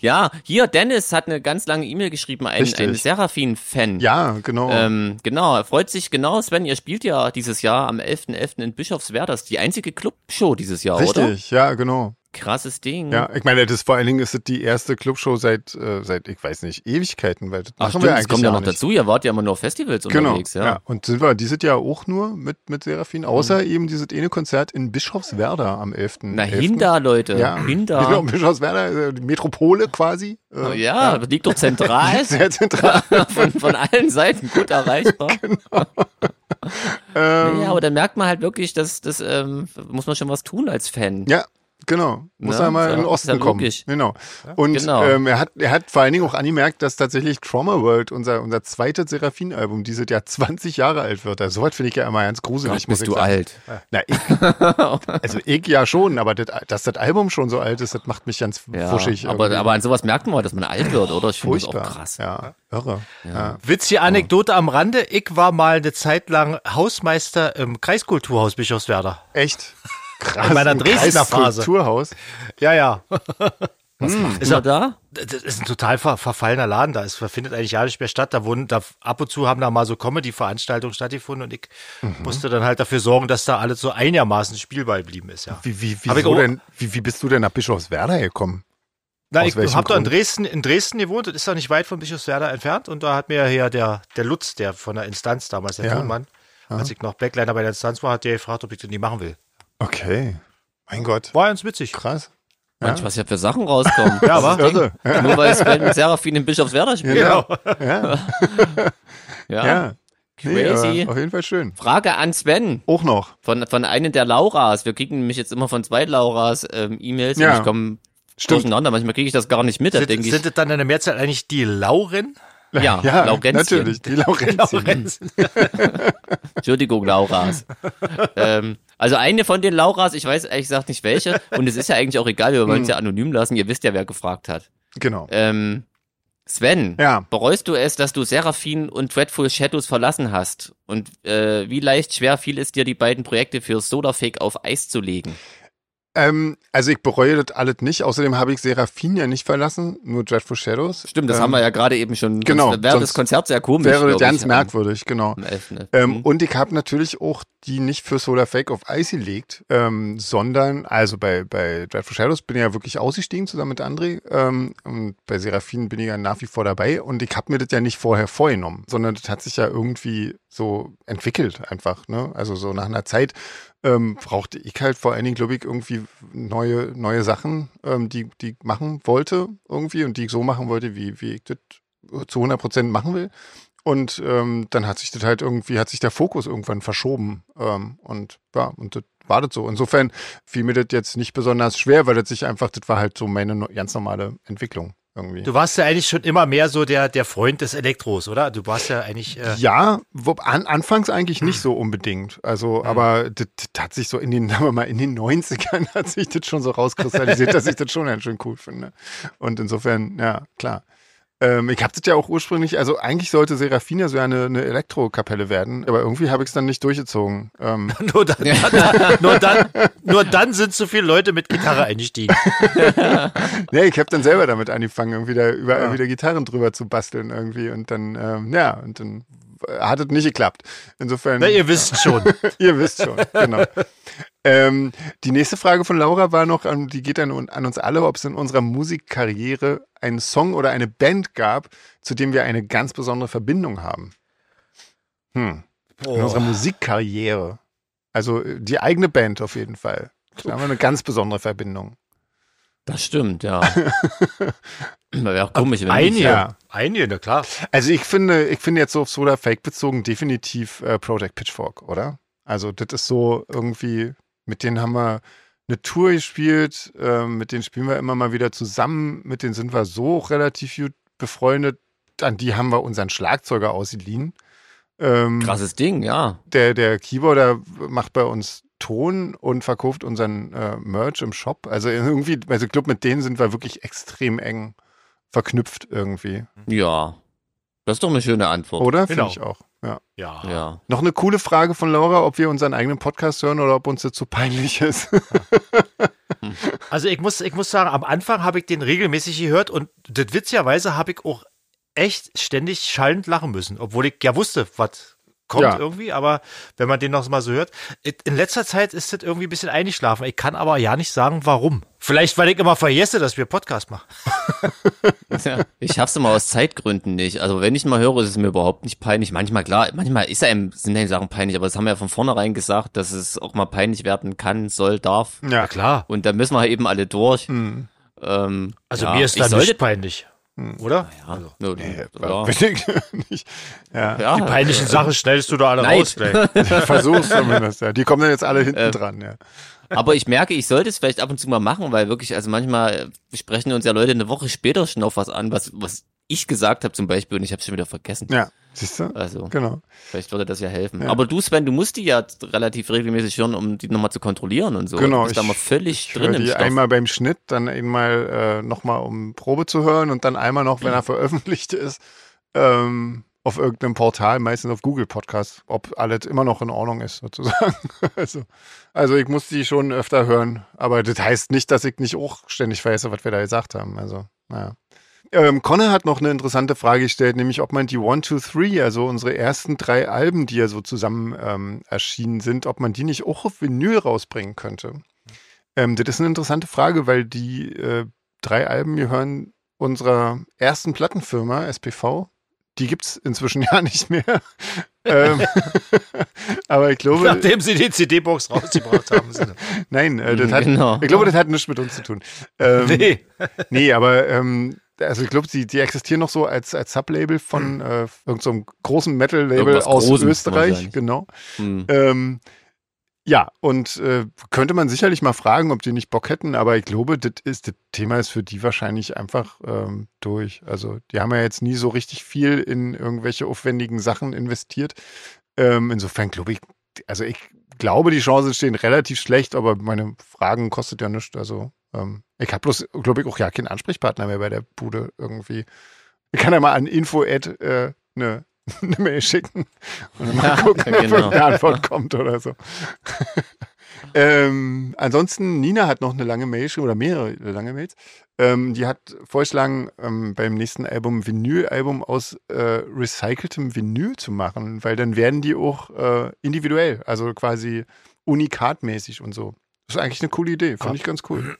S3: ja, hier, Dennis hat eine ganz lange E-Mail geschrieben, ein,
S1: Richtig.
S3: ein Seraphin-Fan.
S1: ja, genau.
S3: Ähm, genau, er freut sich genau, Sven, ihr spielt ja dieses Jahr am 11.11. in Bischofswerda. Das ist die einzige Clubshow dieses Jahr, oder? Hm.
S1: Richtig, ja, genau.
S3: Krasses Ding.
S1: Ja, ich meine, das vor allen Dingen ist das die erste Clubshow seit, äh, seit ich weiß nicht, Ewigkeiten, weil das
S3: Ach
S1: machen
S3: stimmt,
S1: wir
S3: das
S1: eigentlich
S3: kommt ja
S1: ja
S3: noch
S1: nicht.
S3: dazu. Ihr wart ja immer nur auf Festivals
S1: Genau.
S3: unterwegs,
S1: Ja.
S3: ja. Hm.
S1: und sind wir dieses Jahr auch nur mit, mit Seraphin, außer eben dieses eine Konzert in Bischofswerda am 11.
S3: Na,
S1: 11..
S3: Hinder, Leute.
S1: Ja, (laughs)
S3: Hinder.
S1: Genau, Bischofswerda, äh, die Metropole quasi. Äh, (laughs)
S3: Oh ja, das liegt doch zentral.
S1: Sehr zentral.
S3: (laughs) von, von allen Seiten
S1: (laughs)
S3: gut erreichbar.
S1: Genau. ähm,
S3: (laughs) Ja, aber da merkt man halt wirklich, dass das ähm, muss man schon was tun als Fan.
S1: Ja, genau. Muss
S3: Ne?
S1: er mal
S3: Ist ja-
S1: in den
S3: ist
S1: Osten
S3: ja
S1: kommen.
S3: logisch.
S1: Genau. Und
S3: Genau.
S1: Ähm, er, hat, er hat vor allen Dingen auch angemerkt, dass tatsächlich Trauma World, unser, unser zweites Seraphin-Album, dieses Jahr 20 Jahre alt wird. Also, sowas finde ich ja immer ganz gruselig.
S3: Gott,
S1: muss
S3: bist
S1: ich
S3: du
S1: sagen.
S3: alt.
S1: Na, ich,
S3: (laughs)
S1: also ich ja schon, aber das, dass das Album schon so alt ist, das macht mich ganz
S3: Ja,
S1: fuschig.
S3: aber,
S1: irgendwie.
S3: aber an sowas merkt man, mal, dass man alt wird, oder? Ich finde das auch
S1: furchtbar.
S3: krass.
S1: Ja, irre. Ja.
S2: Witzige Anekdote am Rande. Ich war mal eine Zeit lang Hausmeister im Kreiskulturhaus Bischofswerda.
S1: Echt krass.
S2: In meiner
S1: Im
S2: Dresdner Phase. (laughs)
S1: Kreiskulturhaus.
S2: Ja, ja.
S3: Was macht
S2: Ist
S3: man
S2: er-
S3: da?
S2: Das ist ein total ver verfallener Laden. Da ist, da findet eigentlich gar nicht mehr statt. Da wurden, da ab und zu haben da mal so Comedy-Veranstaltungen stattgefunden und ich
S1: Mhm.
S2: musste dann halt dafür sorgen, dass da alles so einigermaßen spielbar geblieben ist, ja.
S1: Wie, wie,
S2: Aber ich
S1: wieso
S2: auch-
S1: denn, wie, wie bist du denn nach Bischofswerda gekommen?
S2: Na,
S1: Aus
S2: ich
S1: welchem
S2: habe da in
S1: Grund?
S2: Dresden, in Dresden gewohnt und ist da nicht weit von Bischofswerda entfernt. Und da hat mir ja der, der Lutz, der von der Instanz damals, der
S1: Ja.
S2: Tonmann, als ich noch Blackliner bei der Instanz war, hat der gefragt, ob ich das nicht machen will.
S1: Okay. Mein Gott.
S2: War ganz witzig.
S1: Krass.
S3: Mensch, was ja für Sachen rauskommen.
S2: Ja, wa?
S1: Irre. (laughs) Ja.
S3: Nur weil es Sven mit Seraphin in Bischofswerda spielt.
S1: Genau. Ja.
S3: (laughs) Ja.
S1: ja. Nee,
S3: Crazy.
S1: aber auf jeden Fall schön.
S3: Frage an Sven
S1: Auch noch.
S3: von, von einem der Lauras. Wir kriegen nämlich jetzt immer von zwei Lauras ähm, E-Mails
S1: Ja.
S3: und ich komme
S1: Stimmt.
S3: durcheinander. Manchmal kriege ich das gar nicht mit, da
S2: Sind,
S3: denke ich.
S2: sind es dann in der Mehrzahl eigentlich die Lauren?
S3: Ja,
S1: (laughs) Ja,
S3: Laurenzien.
S1: natürlich.
S3: (laughs)
S1: Die Laurenzien.
S2: Laurenzen.
S3: Entschuldigung, Lauras.
S1: (laughs)
S3: ähm, also eine von den Lauras, ich weiß ehrlich gesagt nicht welche. Und es ist ja eigentlich auch egal, wir wollen es
S1: Hm.
S3: ja anonym lassen. Ihr wisst ja, wer gefragt hat.
S1: Genau.
S3: Ähm, Sven,
S1: Ja.
S3: bereust du es, dass du Seraphin und Dreadful Shadows verlassen hast? Und äh, wie leicht, schwer fiel es dir, die beiden Projekte für Sodafake auf Eis zu legen?
S1: Ähm, also ich bereue das alles nicht. Außerdem habe ich Seraphin ja nicht verlassen, nur Dreadful Shadows.
S3: Stimmt, das
S1: Ähm,
S3: haben wir ja gerade eben schon.
S1: genau,
S3: Sonst wäre das
S1: sonst
S3: Konzert sehr komisch.
S1: Wäre
S3: glaub
S1: ganz
S3: ich, ähm,
S1: merkwürdig, genau.
S3: am 11., ne?
S1: Ähm,
S3: Mhm.
S1: Und ich habe natürlich auch die nicht für Solar Fake auf Eis gelegt, ähm, sondern, also bei, bei Dreadful Shadows bin ich ja wirklich ausgestiegen zusammen mit André ähm, und bei Seraphin bin ich ja nach wie vor dabei und ich habe mir das ja nicht vorher vorgenommen, sondern das hat sich ja irgendwie so entwickelt einfach, ne? Also so nach einer Zeit ähm, brauchte ich halt vor allen Dingen, glaube ich, irgendwie neue, neue Sachen, ähm, die, die ich machen wollte irgendwie und die ich so machen wollte, wie, wie ich das zu 100 Prozent machen will. Und ähm, dann hat sich das halt irgendwie, hat sich der Fokus irgendwann verschoben. Ähm, und ja, und das war das so. Insofern fiel mir das jetzt nicht besonders schwer, weil das sich einfach, das war halt so meine no- ganz normale Entwicklung irgendwie.
S2: Du warst ja eigentlich schon immer mehr so der, der Freund des Elektros, oder? Du warst ja Hm. eigentlich. Äh,
S1: ja, wo, an, anfangs eigentlich nicht so unbedingt. Also, aber das, das hat sich so in den, (laughs) sagen wir mal, in den 90ern (laughs) hat sich das schon so rauskristallisiert, dass ich das schon ganz schön cool finde. Und insofern, ja, klar. Ähm, ich habe das ja auch ursprünglich, also eigentlich sollte Serafina so ja eine, eine Elektrokapelle werden, aber irgendwie habe ich es dann nicht durchgezogen.
S2: (laughs)
S1: Ähm,
S2: Nur dann, dann, nur, dann, nur dann sind so viele Leute mit Gitarre eingestiegen.
S1: Nee, ich habe dann selber damit angefangen, irgendwie da überall wieder Gitarren drüber zu basteln irgendwie und dann, ähm, ja, und dann äh, hat es nicht geklappt. Insofern,
S2: Na, ihr wisst schon.
S1: (laughs) ihr wisst schon, genau. Ähm, die nächste Frage von Laura war noch, ähm, die geht an, an uns alle, ob es in unserer Musikkarriere einen Song oder eine Band gab, zu dem wir eine ganz besondere Verbindung haben. Hm. In unserer Musikkarriere. Also äh, die eigene Band auf jeden Fall. Da haben wir eine ganz besondere Verbindung.
S3: Das
S1: (laughs)
S3: stimmt, ja. wäre auch komisch, wenn
S2: Einige,
S3: nicht.
S1: Ja.
S2: einige, na klar.
S1: Also ich finde, ich finde jetzt so auf Soda Fake bezogen definitiv äh, Project Pitchfork, oder? Also das ist so irgendwie, mit denen haben wir eine Tour gespielt, ähm, mit denen spielen wir immer mal wieder zusammen, mit denen sind wir so relativ gut befreundet, an die haben wir unseren Schlagzeuger ausgeliehen. Ähm,
S3: Krasses Ding, ja.
S1: der, der Keyboarder macht bei uns Ton und verkauft unseren äh, Merch im Shop. Also irgendwie, also ich glaube, mit denen sind wir wirklich extrem eng verknüpft irgendwie,
S3: Ja. Das ist doch eine schöne Antwort.
S1: oder?
S2: Genau.
S1: Finde ich auch. Ja.
S2: Ja.
S3: Ja.
S1: Noch eine coole Frage von Laura, ob wir unseren eigenen Podcast hören oder ob uns das zu peinlich ist.
S2: Also ich muss, ich muss sagen, am Anfang habe ich den regelmäßig gehört und das witzigerweise habe ich auch echt ständig schallend lachen müssen, obwohl ich ja wusste, was kommt
S1: Ja.
S2: irgendwie, aber wenn man den noch mal so hört. In letzter Zeit ist das irgendwie ein bisschen eingeschlafen. Ich kann aber ja nicht sagen, warum. Vielleicht, weil ich immer vergesse, dass wir Podcast machen.
S3: (laughs) Ich schaff's immer aus Zeitgründen nicht. Also wenn ich mal höre, ist es mir überhaupt nicht peinlich. Manchmal, klar, manchmal ist einem, sind einem Sachen peinlich, aber das haben wir ja von vornherein gesagt, dass es auch mal peinlich werden kann, soll, darf.
S1: Ja,
S2: klar.
S3: Und da müssen wir halt eben alle durch.
S1: Hm.
S3: Ähm,
S2: Also
S3: ja,
S2: mir ist
S3: ich
S2: das
S3: sollte,
S2: nicht peinlich. Oder?
S3: ja,
S2: Also,
S3: Nö, ja,
S1: Bin ich nicht. Ja,
S3: ja,
S2: die peinlichen Sachen schneidest du da alle
S3: Neid.
S2: raus (laughs) gleich.
S1: ich versuch's zumindest. Ja. Die kommen dann jetzt alle hinten dran, ja.
S3: Aber ich merke, ich sollte es vielleicht ab und zu mal machen, weil wirklich, also manchmal äh, sprechen uns ja Leute eine Woche später schon auf was an, was, was ich gesagt habe zum Beispiel und ich habe schon wieder vergessen.
S1: Ja, siehst du?
S3: Also
S1: Genau.
S3: vielleicht würde das ja helfen. Aber du, Sven, du musst die ja relativ regelmäßig hören, um die nochmal zu kontrollieren und so.
S1: Genau,
S3: Du bist da
S1: ich-
S3: mal völlig
S1: Ich höre
S3: drin im
S1: die
S3: Stoff.
S1: einmal beim Schnitt, dann einmal äh, nochmal, um Probe zu hören und dann einmal noch, wenn er veröffentlicht ist. Ähm, auf irgendeinem Portal, meistens auf Google Podcasts, ob alles immer noch in Ordnung ist, sozusagen. (laughs) Also, also ich muss die schon öfter hören, aber das heißt nicht, dass ich nicht auch ständig vergesse, was wir da gesagt haben. Also, naja. Ähm, Connor hat noch eine interessante Frage gestellt, nämlich ob man die One, Two, Three, also unsere ersten drei Alben, die ja so zusammen ähm, erschienen sind, ob man die nicht auch auf Vinyl rausbringen könnte. Ähm, das ist eine interessante Frage, weil die äh, drei Alben gehören unserer ersten Plattenfirma, SPV, die gibt es inzwischen (laughs) ja nicht mehr. ähm, (laughs) aber ich glaube.
S2: Nachdem sie die CD-Box rausgebracht haben.
S1: Nein, äh,
S3: Mhm.
S1: das hat, genau. ich glaube, das hat nichts mit uns zu tun. Ähm, nee. nee, aber ähm, also ich glaube, die, die existieren noch so als, als Sublabel von äh, irgendeinem so großen Metal-Label aus Großes, Österreich. Genau. Mhm. Ähm, ja, und äh, könnte man sicherlich mal fragen, ob die nicht Bock hätten, aber ich glaube, das ist das Thema ist für die wahrscheinlich einfach ähm, durch. Also die haben ja jetzt nie so richtig viel in irgendwelche aufwendigen Sachen investiert. Ähm, insofern glaube ich, also ich glaube, die Chancen stehen relativ schlecht, aber meine Fragen kostet ja nichts. Also ähm, ich habe bloß, glaube ich, auch ja keinen Ansprechpartner mehr bei der Bude irgendwie. Ich kann ja mal an info-ad äh, eine (laughs) eine Mail schicken und mal ja, gucken, ja, (laughs) genau. ob eine Antwort kommt oder so. (laughs) ähm, ansonsten, Nina hat noch eine lange Mail geschrieben oder mehrere lange Mails. Ähm, die hat vorgeschlagen, ähm, beim nächsten Album Vinyl-Album aus äh, recyceltem Vinyl zu machen, weil dann werden die auch äh, individuell, also quasi unikatmäßig und so. Das ist eigentlich eine coole Idee, fand ah. ich ganz cool.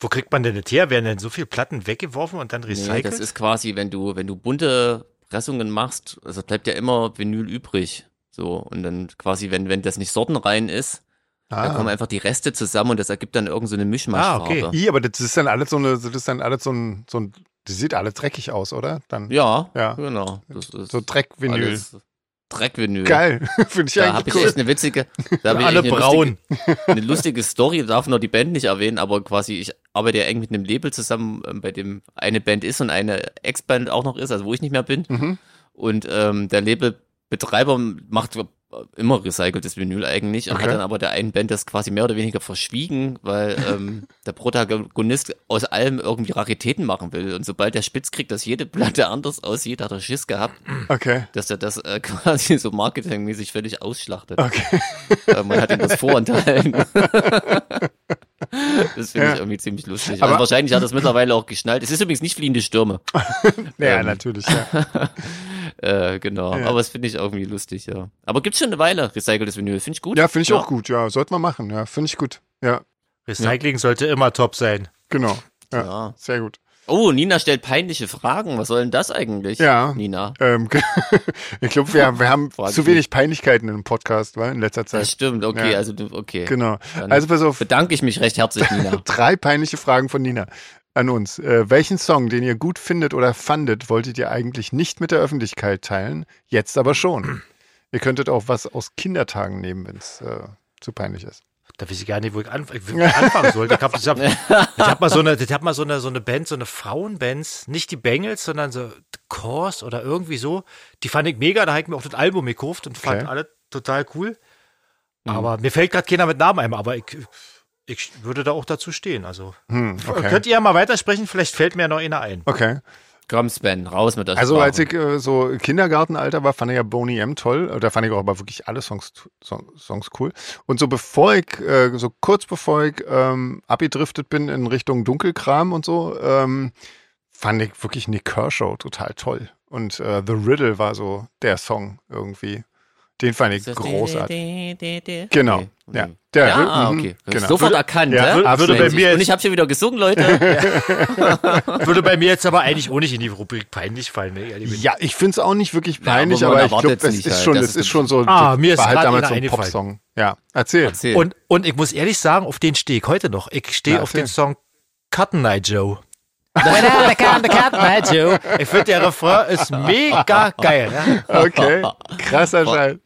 S2: Wo kriegt man denn das her? Werden denn so viele Platten weggeworfen und dann recycelt? Nee,
S3: das ist quasi, wenn du, wenn du bunte Pressungen machst, also bleibt ja immer Vinyl übrig. So, und dann quasi, wenn, wenn das nicht sortenrein ist, ah. dann kommen einfach die Reste zusammen und das ergibt dann irgendeine so eine Mischmaschfarbe.
S1: Ah, okay. I, aber das ist dann alles so eine, das ist dann alles so ein, so ein, das sieht alles dreckig aus, oder? Dann,
S3: ja, ja. genau.
S1: so Dreckvinyl.
S3: Dreckvinyl.
S1: Geil, (laughs)
S3: finde ich da eigentlich cool. Da habe ich echt eine witzige, da
S2: (laughs)
S3: habe ich
S2: alle braun.
S3: Lustige, (laughs) eine lustige Story, darf noch die Band nicht erwähnen, aber quasi ich arbeite ja eng mit einem Label zusammen, ähm, bei dem eine Band ist und eine Ex-Band auch noch ist, also wo ich nicht mehr bin. Mhm. Und ähm, der Labelbetreiber macht äh, immer recyceltes Vinyl eigentlich und okay. hat dann aber der einen Band das quasi mehr oder weniger verschwiegen, weil ähm, der Protagonist aus allem irgendwie Raritäten machen will. Und sobald der Spitz kriegt, dass jede Platte anders aussieht, hat er Schiss gehabt,
S1: okay.
S3: dass er das äh, (laughs) quasi so marketingmäßig
S1: (laughs)
S3: völlig ausschlachtet. (laughs)
S1: Okay.
S3: Äh, man hat ihm das
S1: (laughs)
S3: vorenthalten. das finde ja. ich irgendwie ziemlich lustig. Aber also wahrscheinlich hat er es mittlerweile auch geschnallt. Es ist übrigens nicht
S1: (laughs)
S3: fliehende Stürme.
S1: ja, ähm, natürlich,
S3: (laughs)
S1: ja.
S3: Äh, genau. Ja. Aber das finde ich irgendwie lustig, ja. Aber gibt's schon eine Weile recyceltes Vinyl. Finde ich gut.
S1: Ja, finde ich ja. auch gut, ja. Sollte man machen, ja. Finde ich gut. Ja.
S2: Recycling ja. sollte immer top sein.
S1: Genau. ja. Sehr gut.
S3: Oh, Nina stellt peinliche Fragen. Was soll denn das eigentlich?
S1: Ja.
S3: Nina.
S1: Ähm, (laughs) ich glaube, wir, wir haben zu wenig Peinlichkeiten im Podcast, weil in letzter Zeit.
S3: Das stimmt, okay, ja. also okay.
S1: Genau. Dann also pass auf.
S3: Bedanke ich mich recht herzlich, Nina.
S1: Drei peinliche Fragen von Nina an uns. Äh, welchen Song, den ihr gut findet oder fandet, wolltet ihr eigentlich nicht mit der Öffentlichkeit teilen, jetzt aber schon? ihr könntet auch was aus Kindertagen nehmen, wenn es äh, zu peinlich ist.
S2: Da weiß ich gar nicht, wo ich, anf (laughs) ich anfangen sollte. Ich habe hab, hab mal, so eine, ich hab mal so, eine, so eine Band, so eine Frauenband, nicht die Bengals, sondern so Kors oder irgendwie so. Die fand ich mega, da habe ich mir auch das Album gekauft und fand okay. alle total cool. Aber mhm. mir fällt gerade keiner mit Namen ein, aber ich, ich würde da auch dazu stehen. Also
S1: hm, okay.
S2: könnt ihr ja mal weitersprechen, vielleicht fällt mir ja noch einer (laughs) ein.
S1: Okay.
S3: Grumspan, raus mit der
S1: Also Sprache. als ich äh, so Kindergartenalter war, fand ich ja Boney M toll. Da fand ich auch aber wirklich alle Songs, Song, Songs cool. Und so bevor ich, äh, so kurz bevor ich ähm, abgedriftet bin in Richtung Dunkelkram und so, ähm, fand ich wirklich Nick Kershaw total toll. Und äh, The Riddle war so der Song irgendwie. Den fand ich großartig. Genau. Okay. Ja,
S3: der ja, ah, okay. Genau. Sofort erkannt, ja,
S2: würde, würde bei mir jetzt,
S3: Und ich habe schon wieder gesungen, Leute.
S2: würde bei mir jetzt aber eigentlich auch nicht in die Rubrik peinlich fallen. Ne?
S1: Ja, ich finde es auch nicht wirklich peinlich, ja, aber, aber ich glaube, es ist, halt. schon, es ist schon so.
S2: Ah, mir ist
S1: war halt damals
S2: so
S1: ein Popsong. Ja, erzähl. erzähl.
S2: Und, und ich muss ehrlich sagen, auf den stehe ich heute noch. Ich stehe auf den Song Cotton Eye Joe. Nein, nein, nein, nein, nein, Ich finde, der Refrain ist mega geil.
S1: Ja? (laughs) Okay, krasser Scheiß.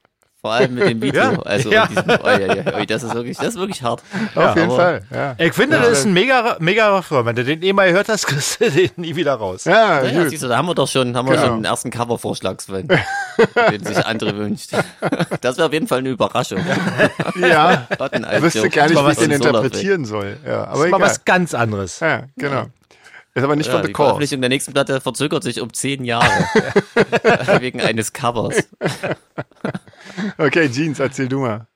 S3: Vor allem mit dem Video. Ja, also ja. Diesem, oh, ja, oh, das ist wirklich, das ist wirklich hart.
S1: Auf jeden Fall.
S2: Ich finde, das ist ein mega, mega Refrain. Wenn du den eh mal gehört hast, (laughs) kriegst du den nie wieder raus.
S1: Ja,
S3: naja, siehst du, da haben wir doch schon, haben genau. wir schon den ersten Covervorschlag, wenn, den sich andere wünscht. (laughs) Das wäre auf jeden Fall eine Überraschung. (laughs)
S1: Ja. Wüsste gar nicht, wie ich den interpretieren soll. Ja, aber
S2: das ist
S1: egal.
S2: mal was ganz anderes.
S1: Ja, genau. Ist aber nicht
S3: Ja,
S1: von
S3: die
S1: The Cause.
S3: Veröffentlichung der nächsten Platte verzögert sich um zehn Jahre. Wegen eines Covers.
S1: Okay, Jeans, erzähl du mal.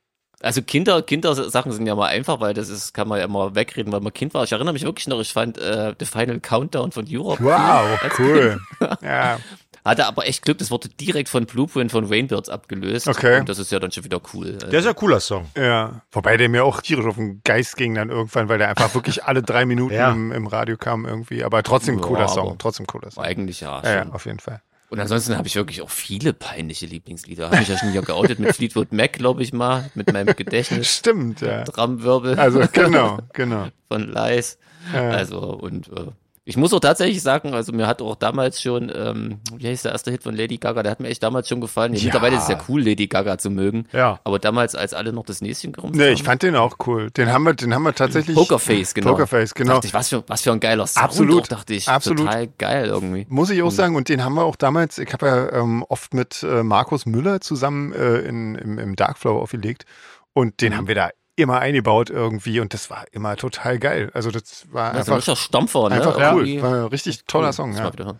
S3: Also Kinder, Kindersachen sind ja mal einfach, weil das ist, kann man ja immer wegreden, weil man Kind war. Ich erinnere mich wirklich noch, ich fand äh, The Final Countdown von Europe.
S1: Wow, Oh, cool.
S3: (laughs)
S1: Ja,
S3: Hatte aber echt Glück, das wurde direkt von Blueprint von Rainbirds abgelöst.
S1: Okay.
S3: Und das ist ja dann schon wieder cool. Also
S2: Der ist ja ein cooler Song.
S1: ja. Wobei der mir auch tierisch auf den Geist ging dann irgendwann, weil der einfach wirklich alle drei Minuten
S2: Ja.
S1: im, im Radio kam irgendwie. Aber trotzdem
S3: Ja,
S1: cooler
S3: aber-
S1: Song. Trotzdem cooler Song.
S3: Eigentlich ja.
S1: Ja, ja,
S3: schon.
S1: auf jeden Fall.
S3: Und ansonsten habe ich wirklich auch viele peinliche Lieblingslieder. Habe mich ja schon hier geoutet mit Fleetwood Mac, glaube ich mal, mit meinem Gedächtnis.
S1: Stimmt, ja. (laughs)
S3: Drumwirbel
S1: Also genau, genau.
S3: von Lies. Also und äh, ich muss auch tatsächlich sagen, also mir hat auch damals schon, ähm, wie heißt der erste Hit von Lady Gaga, der hat mir echt damals schon gefallen.
S1: Ja.
S3: Mittlerweile ist es ja cool, Lady Gaga zu mögen.
S2: Ja.
S3: Aber damals, als alle noch das Näschen gerümpft
S1: Nee,
S3: haben.
S1: ich fand den auch cool. Den haben wir, den haben wir tatsächlich.
S3: Pokerface, genau.
S1: Pokerface, genau.
S3: Dachte ich, was für, was für ein geiler Sound
S1: Absolut.
S3: auch, dachte ich.
S1: Absolut.
S3: Total geil irgendwie.
S1: Muss ich auch sagen, und den haben wir auch damals, ich habe ja ähm, oft mit äh, Markus Müller zusammen äh, in, im, im Darkflower aufgelegt und
S3: Mhm.
S1: den haben wir da immer eingebaut irgendwie und das war immer total geil. Also das war
S3: Also ein
S1: einfach,
S3: richtiger Stampfer, ne?
S1: einfach
S3: Irgendwie-
S1: cool. War ein richtig toller Song.
S3: Muss
S1: Ja.
S3: mal wieder hören.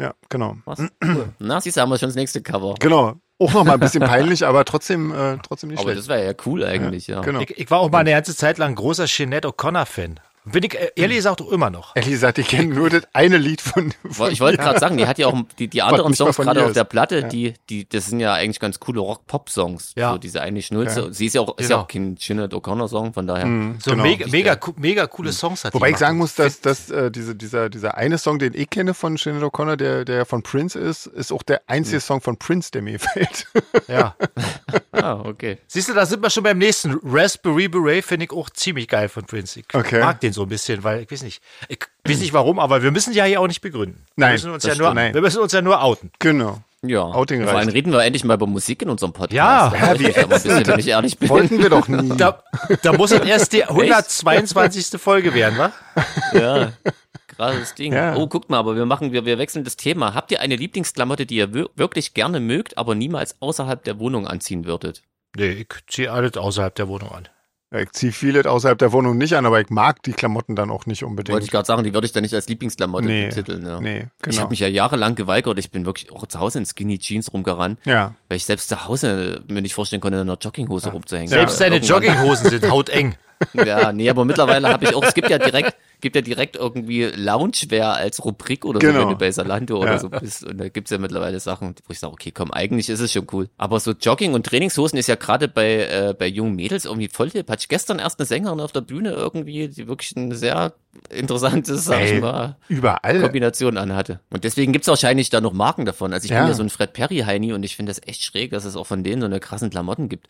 S1: ja, genau.
S3: Was? Cool. Na, siehst du, haben wir schon das nächste Cover.
S1: Genau. Auch nochmal ein bisschen peinlich, aber trotzdem, äh, trotzdem nicht
S3: Aber
S1: schlecht.
S3: das wäre ja cool eigentlich, ja.
S1: Genau.
S2: Ich, ich war auch mal eine ganze Zeit lang großer Jeanette O'Connor-Fan. Bin ich äh, ehrlich gesagt auch immer noch.
S1: Ehrlich gesagt, ich kenne nur das eine Lied von.
S3: Wo-
S1: von
S3: Ich wollte gerade sagen, die hat ja auch die, die anderen
S1: nicht mal
S3: Songs
S1: von
S3: gerade
S1: ihr
S3: auf der
S1: ist.
S3: Platte, die, die, das sind ja eigentlich ganz coole Rock-Pop-Songs.
S2: Ja.
S3: So diese eine Schnulze. Und Sie ist ja auch, ist ja
S2: Genau. Mhm.
S3: auch kein Janet O'Connor-Song, von daher.
S2: So
S1: Genau.
S2: mega, mega, co- mega coole Songs hat die
S1: Wobei ich
S2: gemacht.
S1: sagen muss, dass, dass äh, diese, dieser, dieser eine Song, den ich kenne von Shannon O'Connor, der, der von Prince ist, ist auch der
S3: Hm.
S1: einzige Song von Prince, der mir (laughs) fällt.
S2: Ja.
S3: Ah, okay.
S2: Siehst du, da sind wir schon beim nächsten. Raspberry Beret finde ich auch ziemlich geil von Prince. Ich
S1: Okay.
S2: mag den so ein bisschen, weil ich weiß nicht, ich weiß nicht warum, aber wir müssen ja hier auch nicht begründen.
S1: Nein,
S2: wir müssen uns
S1: das
S2: ja nur,
S1: stimmt. Nein.
S2: wir müssen uns ja nur outen.
S1: genau.
S3: Ja.
S1: Outing
S3: Vor allem
S1: reicht.
S3: reden wir endlich mal über Musik in unserem Podcast. Da
S2: Ja.
S3: freut mich aber ein bisschen, wenn ich ehrlich bin.
S1: Wollten wir doch
S3: (laughs)
S1: nie.
S2: Da, da muss es
S1: (laughs)
S2: erst die 122. Folge werden, wa?
S3: Ja, krasses Ding.
S1: Ja.
S3: Oh, guckt mal, aber wir machen, wir, wir wechseln das Thema. Habt ihr eine Lieblingsklamotte, die ihr wir- wirklich gerne mögt, aber niemals außerhalb der Wohnung anziehen würdet?
S2: Nee, ich ziehe alles außerhalb der Wohnung an.
S1: ich ziehe viele außerhalb der Wohnung nicht an, aber ich mag die Klamotten dann auch nicht unbedingt.
S3: Wollte ich gerade sagen, die würde ich dann nicht als Lieblingsklamotte
S1: Nee.
S3: betiteln. Ja.
S1: nee,
S3: Ich
S1: genau.
S3: habe mich ja jahrelang geweigert. Ich bin wirklich auch zu Hause in Skinny Jeans rumgerannt,
S1: ja,
S3: weil ich selbst zu Hause mir nicht vorstellen konnte, in einer Jogginghose rumzuhängen.
S2: Selbst
S3: Ja,
S2: deine
S3: irgendwann-
S2: Jogginghosen
S1: (laughs)
S2: sind hauteng.
S3: Ja, nee, aber mittlerweile habe ich auch, es gibt ja direkt, gibt ja direkt irgendwie Loungewear als Rubrik oder so,
S1: Genau.
S3: wenn du bei Salando
S1: Ja.
S3: oder so bist. Und da gibt's ja mittlerweile Sachen, wo ich sage, okay, komm, eigentlich ist es schon cool. Aber so Jogging und Trainingshosen ist ja gerade bei, äh, bei jungen Mädels irgendwie voll hip. Hatte ich gestern erst eine Sängerin auf der Bühne irgendwie, die wirklich ein sehr interessantes, sag
S1: Ey.
S3: ich mal.
S1: überall.
S3: Kombination anhatte. Und deswegen gibt's wahrscheinlich da noch Marken davon. Also ich
S1: Ja.
S3: bin ja so ein Fred Perry Heini und ich finde das echt schräg, dass es auch von denen so eine krassen Klamotten gibt,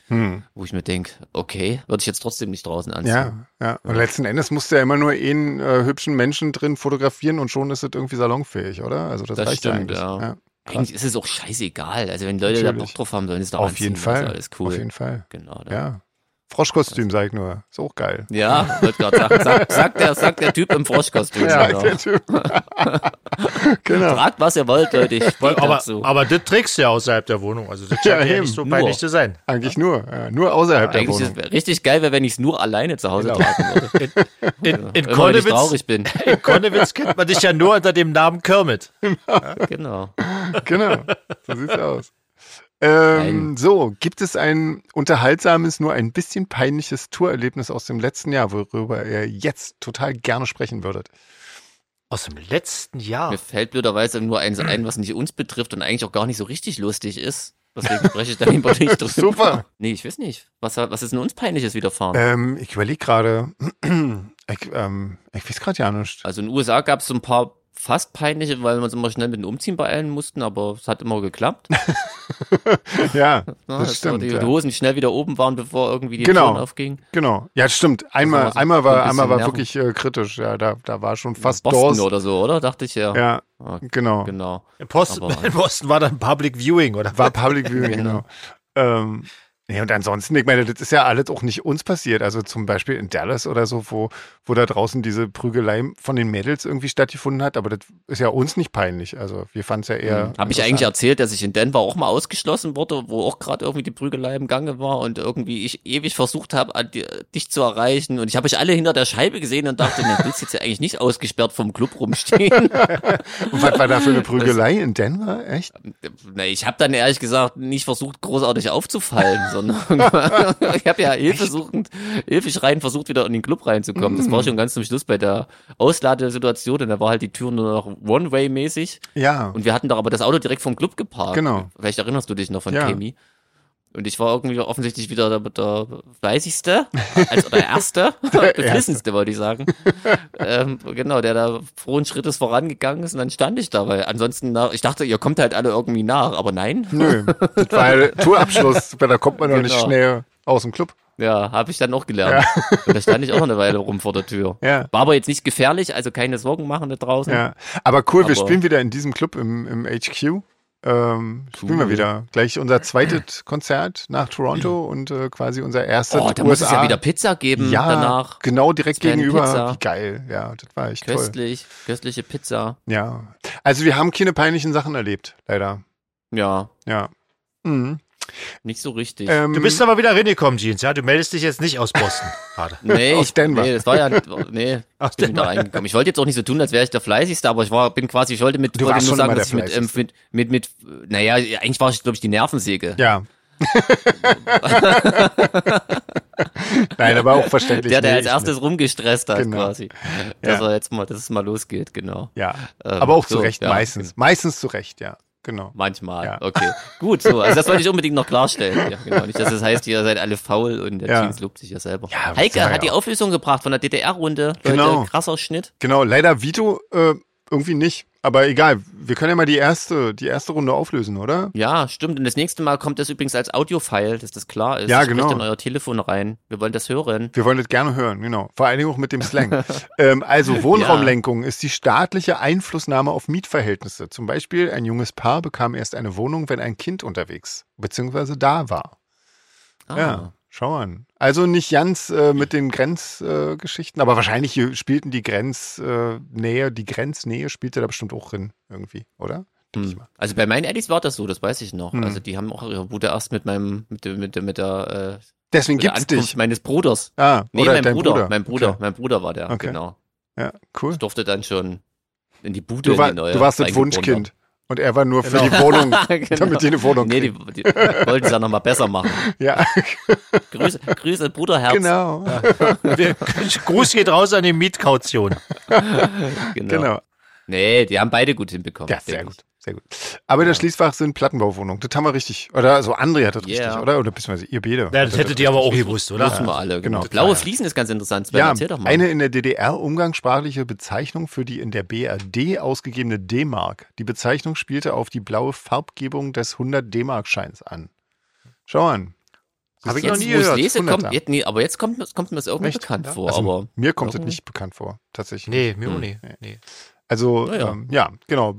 S3: wo ich mir denk, okay, würde ich jetzt trotzdem nicht draußen anziehen.
S1: Hm. Ja, ja. Und letzten Endes musst du ja immer nur einen äh, hübschen Menschen drin fotografieren und schon ist es irgendwie salonfähig, oder? Also das,
S3: Das
S1: reicht
S3: stimmt,
S1: ja
S3: ja.
S1: eigentlich. Ja.
S3: Eigentlich ist es auch scheißegal. Also wenn Leute da
S1: Natürlich.
S3: Bock drauf haben, sollen es doch
S1: Auf
S3: anziehen.
S1: jeden
S3: Das
S1: Fall.
S3: ist alles cool.
S1: Auf jeden Fall.
S3: Genau. Da.
S1: Ja. Froschkostüm, sag ich nur. Ist auch geil.
S3: Ja, wollte gerade sagen, sagt, sagt, der, sagt der Typ im Froschkostüm.
S1: Ja,
S3: genau.
S1: der Typ. (laughs) genau.
S3: Fragt, was ihr wollt, Leute. Ich stehe
S2: Aber,
S3: dazu.
S2: aber das trägst du ja außerhalb der Wohnung. Also das
S1: Ja,
S2: scheint ja,
S1: eben.
S2: nicht so
S3: Nur.
S2: peinlich zu sein.
S1: Eigentlich nur. Ja, nur außerhalb der
S3: Eigentlich
S1: Wohnung. Genau.
S3: ist es richtig geil, wäre, wenn ich es nur alleine zu Hause tragen würde.
S2: In, in, in,
S3: Immer, wenn ich
S2: Konnewitz,
S1: (laughs)
S3: traurig bin.
S2: in Konnewitz kennt man dich ja nur unter dem Namen Kermit.
S3: Genau.
S1: Genau, so sieht's
S3: (laughs)
S1: aus. Ähm,
S3: Nein.
S1: so, gibt es ein unterhaltsames, nur ein bisschen peinliches Tourerlebnis aus dem letzten Jahr, worüber ihr jetzt total gerne sprechen würdet?
S2: Aus dem letzten Jahr.
S3: Mir fällt blöderweise nur eins ein, was nicht uns betrifft und eigentlich auch gar nicht so richtig lustig ist. Deswegen spreche ich da lieber nicht drüber.
S1: Super.
S3: Nee, ich weiß nicht. Was, was ist denn uns peinliches widerfahren?
S1: Ähm, ich überlege gerade, (clears throat) ich, ähm, ich weiß gerade ja nicht.
S3: Also in den USA gab es so ein paar fast peinliche, weil wir uns immer schnell mit dem Umziehen beeilen mussten, aber es hat
S1: (laughs)
S3: immer geklappt. (laughs)
S1: Ja,
S3: Ne?
S1: das
S3: Dass da
S1: stimmt.
S3: Die
S1: Ja.
S3: Hosen schnell wieder oben waren, bevor irgendwie die
S1: Genau.
S3: Türen aufgingen.
S1: Genau. Ja, stimmt. Einmal,
S3: war so
S1: einmal
S3: ein
S1: war,
S3: bisschen
S1: einmal war
S3: nervig.
S1: wirklich äh, kritisch. Ja, da, da war schon fast
S3: Boston
S1: Doors.
S3: oder so, oder? Dachte ich ja.
S1: Ja,
S3: Ah,
S1: genau.
S3: Genau.
S2: In Boston, (laughs)
S3: Aber-
S2: in Boston war dann Public Viewing, oder?
S1: (laughs) War Public Viewing, genau. Ähm, Nee, und ansonsten, ich meine, das ist ja alles auch nicht uns passiert. Also zum Beispiel in Dallas oder so, wo, wo da draußen diese Prügelei von den Mädels irgendwie stattgefunden hat, aber das ist ja uns nicht peinlich. Also wir fanden es ja eher.
S3: Habe ich
S1: interessant.
S3: eigentlich erzählt, dass ich in Denver auch mal ausgeschlossen wurde, wo auch gerade irgendwie die Prügelei im Gange war und irgendwie ich ewig versucht habe, an die- dich zu erreichen. Und ich habe euch alle hinter der Scheibe gesehen und dachte, na, willst jetzt ja eigentlich nicht ausgesperrt vom Club
S1: (laughs)
S3: rumstehen.
S1: Und was war da für eine Prügelei in Denver? Echt?
S3: Na, ich habe dann ehrlich gesagt nicht versucht, großartig aufzufallen, (laughs) sondern ich habe ja hilfesuchend, hilfeschreiend versucht, wieder in den Club reinzukommen. Das war schon ganz zum Schluss bei der Ausladesituation und da war halt die Tür nur noch One-Way-mäßig.
S1: Ja.
S3: Und wir hatten doch aber das Auto direkt vom Club geparkt.
S1: Genau.
S3: Vielleicht erinnerst du dich noch von
S1: Ja.
S3: Kemi. Und ich war irgendwie offensichtlich wieder der, der fleißigste, also der
S1: (laughs)
S3: Erste, (laughs) der Beflissenste, wollte ich sagen. ähm, genau, der da frohen Schrittes vorangegangen ist und dann stand ich dabei. Ansonsten, nach, ich dachte, ihr kommt halt alle irgendwie nach, aber nein.
S1: Nö. Das war ja Tourabschluss, weil (laughs) da kommt man doch nicht
S3: Genau.
S1: schnell aus dem Club.
S3: Ja, habe ich dann auch gelernt. Und da stand ich auch noch eine Weile rum vor der Tür.
S1: Ja.
S3: War aber jetzt nicht gefährlich, also keine Sorgen machen da draußen.
S1: Ja. Aber cool, wir
S3: Aber-
S1: spielen wieder in diesem Club im, im HQ. Ähm, spielen wir
S3: Cool.
S1: wieder. Gleich unser zweites Konzert nach Toronto und äh, quasi unser erstes
S3: Oh, da
S1: USA.
S3: muss es ja wieder Pizza geben
S1: Ja,
S3: danach.
S1: genau direkt
S3: Spam
S1: gegenüber.
S3: Pizza.
S1: Wie geil. Ja, das war echt toll.
S3: Köstlich, köstliche Pizza.
S1: Ja. Also wir haben keine peinlichen Sachen erlebt, leider.
S3: Ja,
S1: Ja. Mhm.
S3: nicht so richtig.
S1: Ähm,
S2: Du bist aber wieder reingekommen, Jeans, ja? Du meldest dich jetzt nicht
S3: (laughs)
S2: aus Boston gerade.
S3: Nee,
S1: Aus
S3: ich,
S1: Denver.
S3: nee, das war ja, oh,
S1: (laughs)
S3: nee,
S2: Aus
S3: ich bin da
S2: Denver.
S3: reingekommen. Ich wollte jetzt auch nicht so tun, als wäre ich der Fleißigste, aber ich war, bin quasi, ich wollte mit,
S1: Du
S3: wollte
S1: warst
S3: nur
S1: schon
S3: sagen,
S1: immer
S3: dass ich
S1: der
S3: mit, ähm, mit, mit, mit, naja, eigentlich war ich, glaube ich, die Nervensäge.
S1: ja. (laughs) Nein, aber auch verständlich.
S3: Der, der
S1: Nee,
S3: als
S1: ich
S3: erstes
S1: nicht.
S3: rumgestresst hat,
S1: Genau. (laughs)
S3: quasi. Dass
S1: Ja.
S3: er jetzt mal, dass es mal losgeht, genau.
S1: Ja.
S3: Ähm,
S1: aber auch zu
S3: so,
S1: Recht,
S3: ja. genau.
S1: meistens. Meistens zu Recht, ja. Genau.
S3: Manchmal,
S1: Ja.
S3: okay. Gut, so. Also das wollte
S1: (laughs)
S3: ich unbedingt noch klarstellen. Ja, genau. Nicht, dass es heißt, ihr seid alle faul und der
S1: Ja.
S3: Jeans lobt sich ja selber.
S1: Ja, das
S3: Heike
S1: war ja
S3: hat die
S1: auch-
S3: Auflösung gebracht von der DDR-Runde. Leute,
S1: Genau.
S3: krasser Schnitt.
S1: Genau, leider Vito äh, irgendwie nicht. Aber egal, wir können ja mal die erste, die erste Runde auflösen, oder?
S3: Ja, stimmt. Und das nächste Mal kommt das übrigens als Audio-File, dass das klar ist.
S1: Ja,
S3: Sprecht
S1: genau.
S3: in euer Telefon rein. Wir wollen das hören.
S1: Wir wollen das gerne hören, genau. Vor allen Dingen auch mit dem
S3: (laughs)
S1: Slang. ähm, also Wohnraumlenkung ist die staatliche Einflussnahme auf Mietverhältnisse. Zum Beispiel ein junges Paar bekam erst eine Wohnung, wenn ein Kind unterwegs bzw. da war.
S3: Ah,
S1: Ja, schau an. Also nicht ganz äh, mit den Grenzgeschichten, äh, Geschichten, aber wahrscheinlich hier spielten die Grenznähe, äh, Nähe- die Grenznähe spielte da bestimmt auch drin irgendwie, oder? Denk ich
S3: Hm.
S1: mal.
S3: Also bei meinen Eddies war das so, das weiß ich noch.
S1: Hm.
S3: Also die haben auch ihre Bude erst mit meinem, mit, der- mit, der- mit der, äh,
S1: Deswegen
S3: mit der
S1: gibt's
S3: Ankunft
S1: dich.
S3: meines Bruders.
S1: Ah,
S3: Nee,
S1: oder
S3: mein
S1: dein
S3: Bruder,
S1: Bruder.
S3: mein Bruder,
S1: Okay.
S3: mein Bruder war der,
S1: Okay.
S3: genau.
S1: Ja, cool.
S3: Ich durfte dann schon in die Bude
S1: Du, war,
S3: in die neue
S1: du warst das
S3: eingeborene. (laughs)
S1: Wunschkind. Und er war nur für
S2: Genau.
S1: die Wohnung,
S3: Genau.
S1: damit die eine Wohnung
S3: Nee, die,
S1: kriegen.
S3: die wollten es ja nochmal besser machen.
S1: Ja,
S3: Grüße, Grüße
S1: (laughs)
S3: Bruderherz.
S1: genau.
S2: Wir, (laughs) Gruß geht raus an die Mietkaution.
S1: (laughs)
S3: genau.
S1: genau.
S3: Nee, die haben beide gut hinbekommen.
S1: Ja, sehr
S3: denke ich.
S1: gut. Sehr gut. Aber der Schließfach sind Plattenbauwohnungen. Das haben wir richtig. Oder also André hat das
S3: Yeah.
S1: richtig, oder? Oder beziehungsweise ihr beide.
S2: Ja, das hättet ihr aber auch gewusst,
S3: Wussten
S2: oder?
S3: wir alle,
S1: Genau.
S3: genau. Blaue Fliesen ist ganz interessant, Sven,
S1: Ja,
S3: erzähl doch mal.
S1: eine in der DDR umgangssprachliche Bezeichnung für die in der BRD ausgegebene D-Mark. Die Bezeichnung spielte auf die blaue Farbgebung des 100-D-Mark-Scheins an. Schau an.
S2: Hab ich
S1: Siehst du?
S3: Jetzt,
S2: noch nie
S3: wo ich
S2: gehört.
S3: lese, kommt,
S1: 100er.
S3: jetzt, nee, aber jetzt kommt, es- kommt mir das irgendwie
S1: Echt?
S3: bekannt
S2: Ja.
S3: vor.
S1: Also,
S3: aber
S1: mir kommt das
S3: Warum?
S1: nicht bekannt vor, tatsächlich.
S2: Nee,
S3: Hm.
S2: mir auch nicht. Nee.
S1: Also,
S3: Naja.
S1: ähm, ja, genau.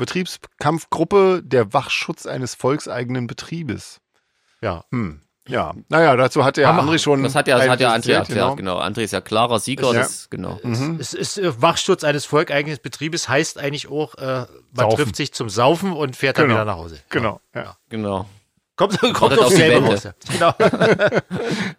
S1: Betriebskampfgruppe, der Wachschutz eines volkseigenen Betriebes.
S2: Ja.
S1: Hm. Ja, naja, dazu hat der
S2: Haben wir-
S1: André schon.
S3: das hat ja, das hat ja André
S1: erzählt,
S3: erklärt, genau. André ist ja klarer Sieger,
S1: Ja.
S3: das, genau.
S1: Mhm.
S2: Es ist äh, Wachschutz eines volkeigenen Betriebes, heißt eigentlich auch, äh, man
S1: Saufen.
S2: trifft sich zum Saufen und fährt dann
S1: Genau.
S2: wieder nach Hause.
S1: Genau. Ja.
S3: Genau.
S2: Kommt, kommt
S3: Oder
S2: auf
S3: auf die
S2: selber
S3: Wände.
S2: raus.
S3: (laughs)
S2: Genau.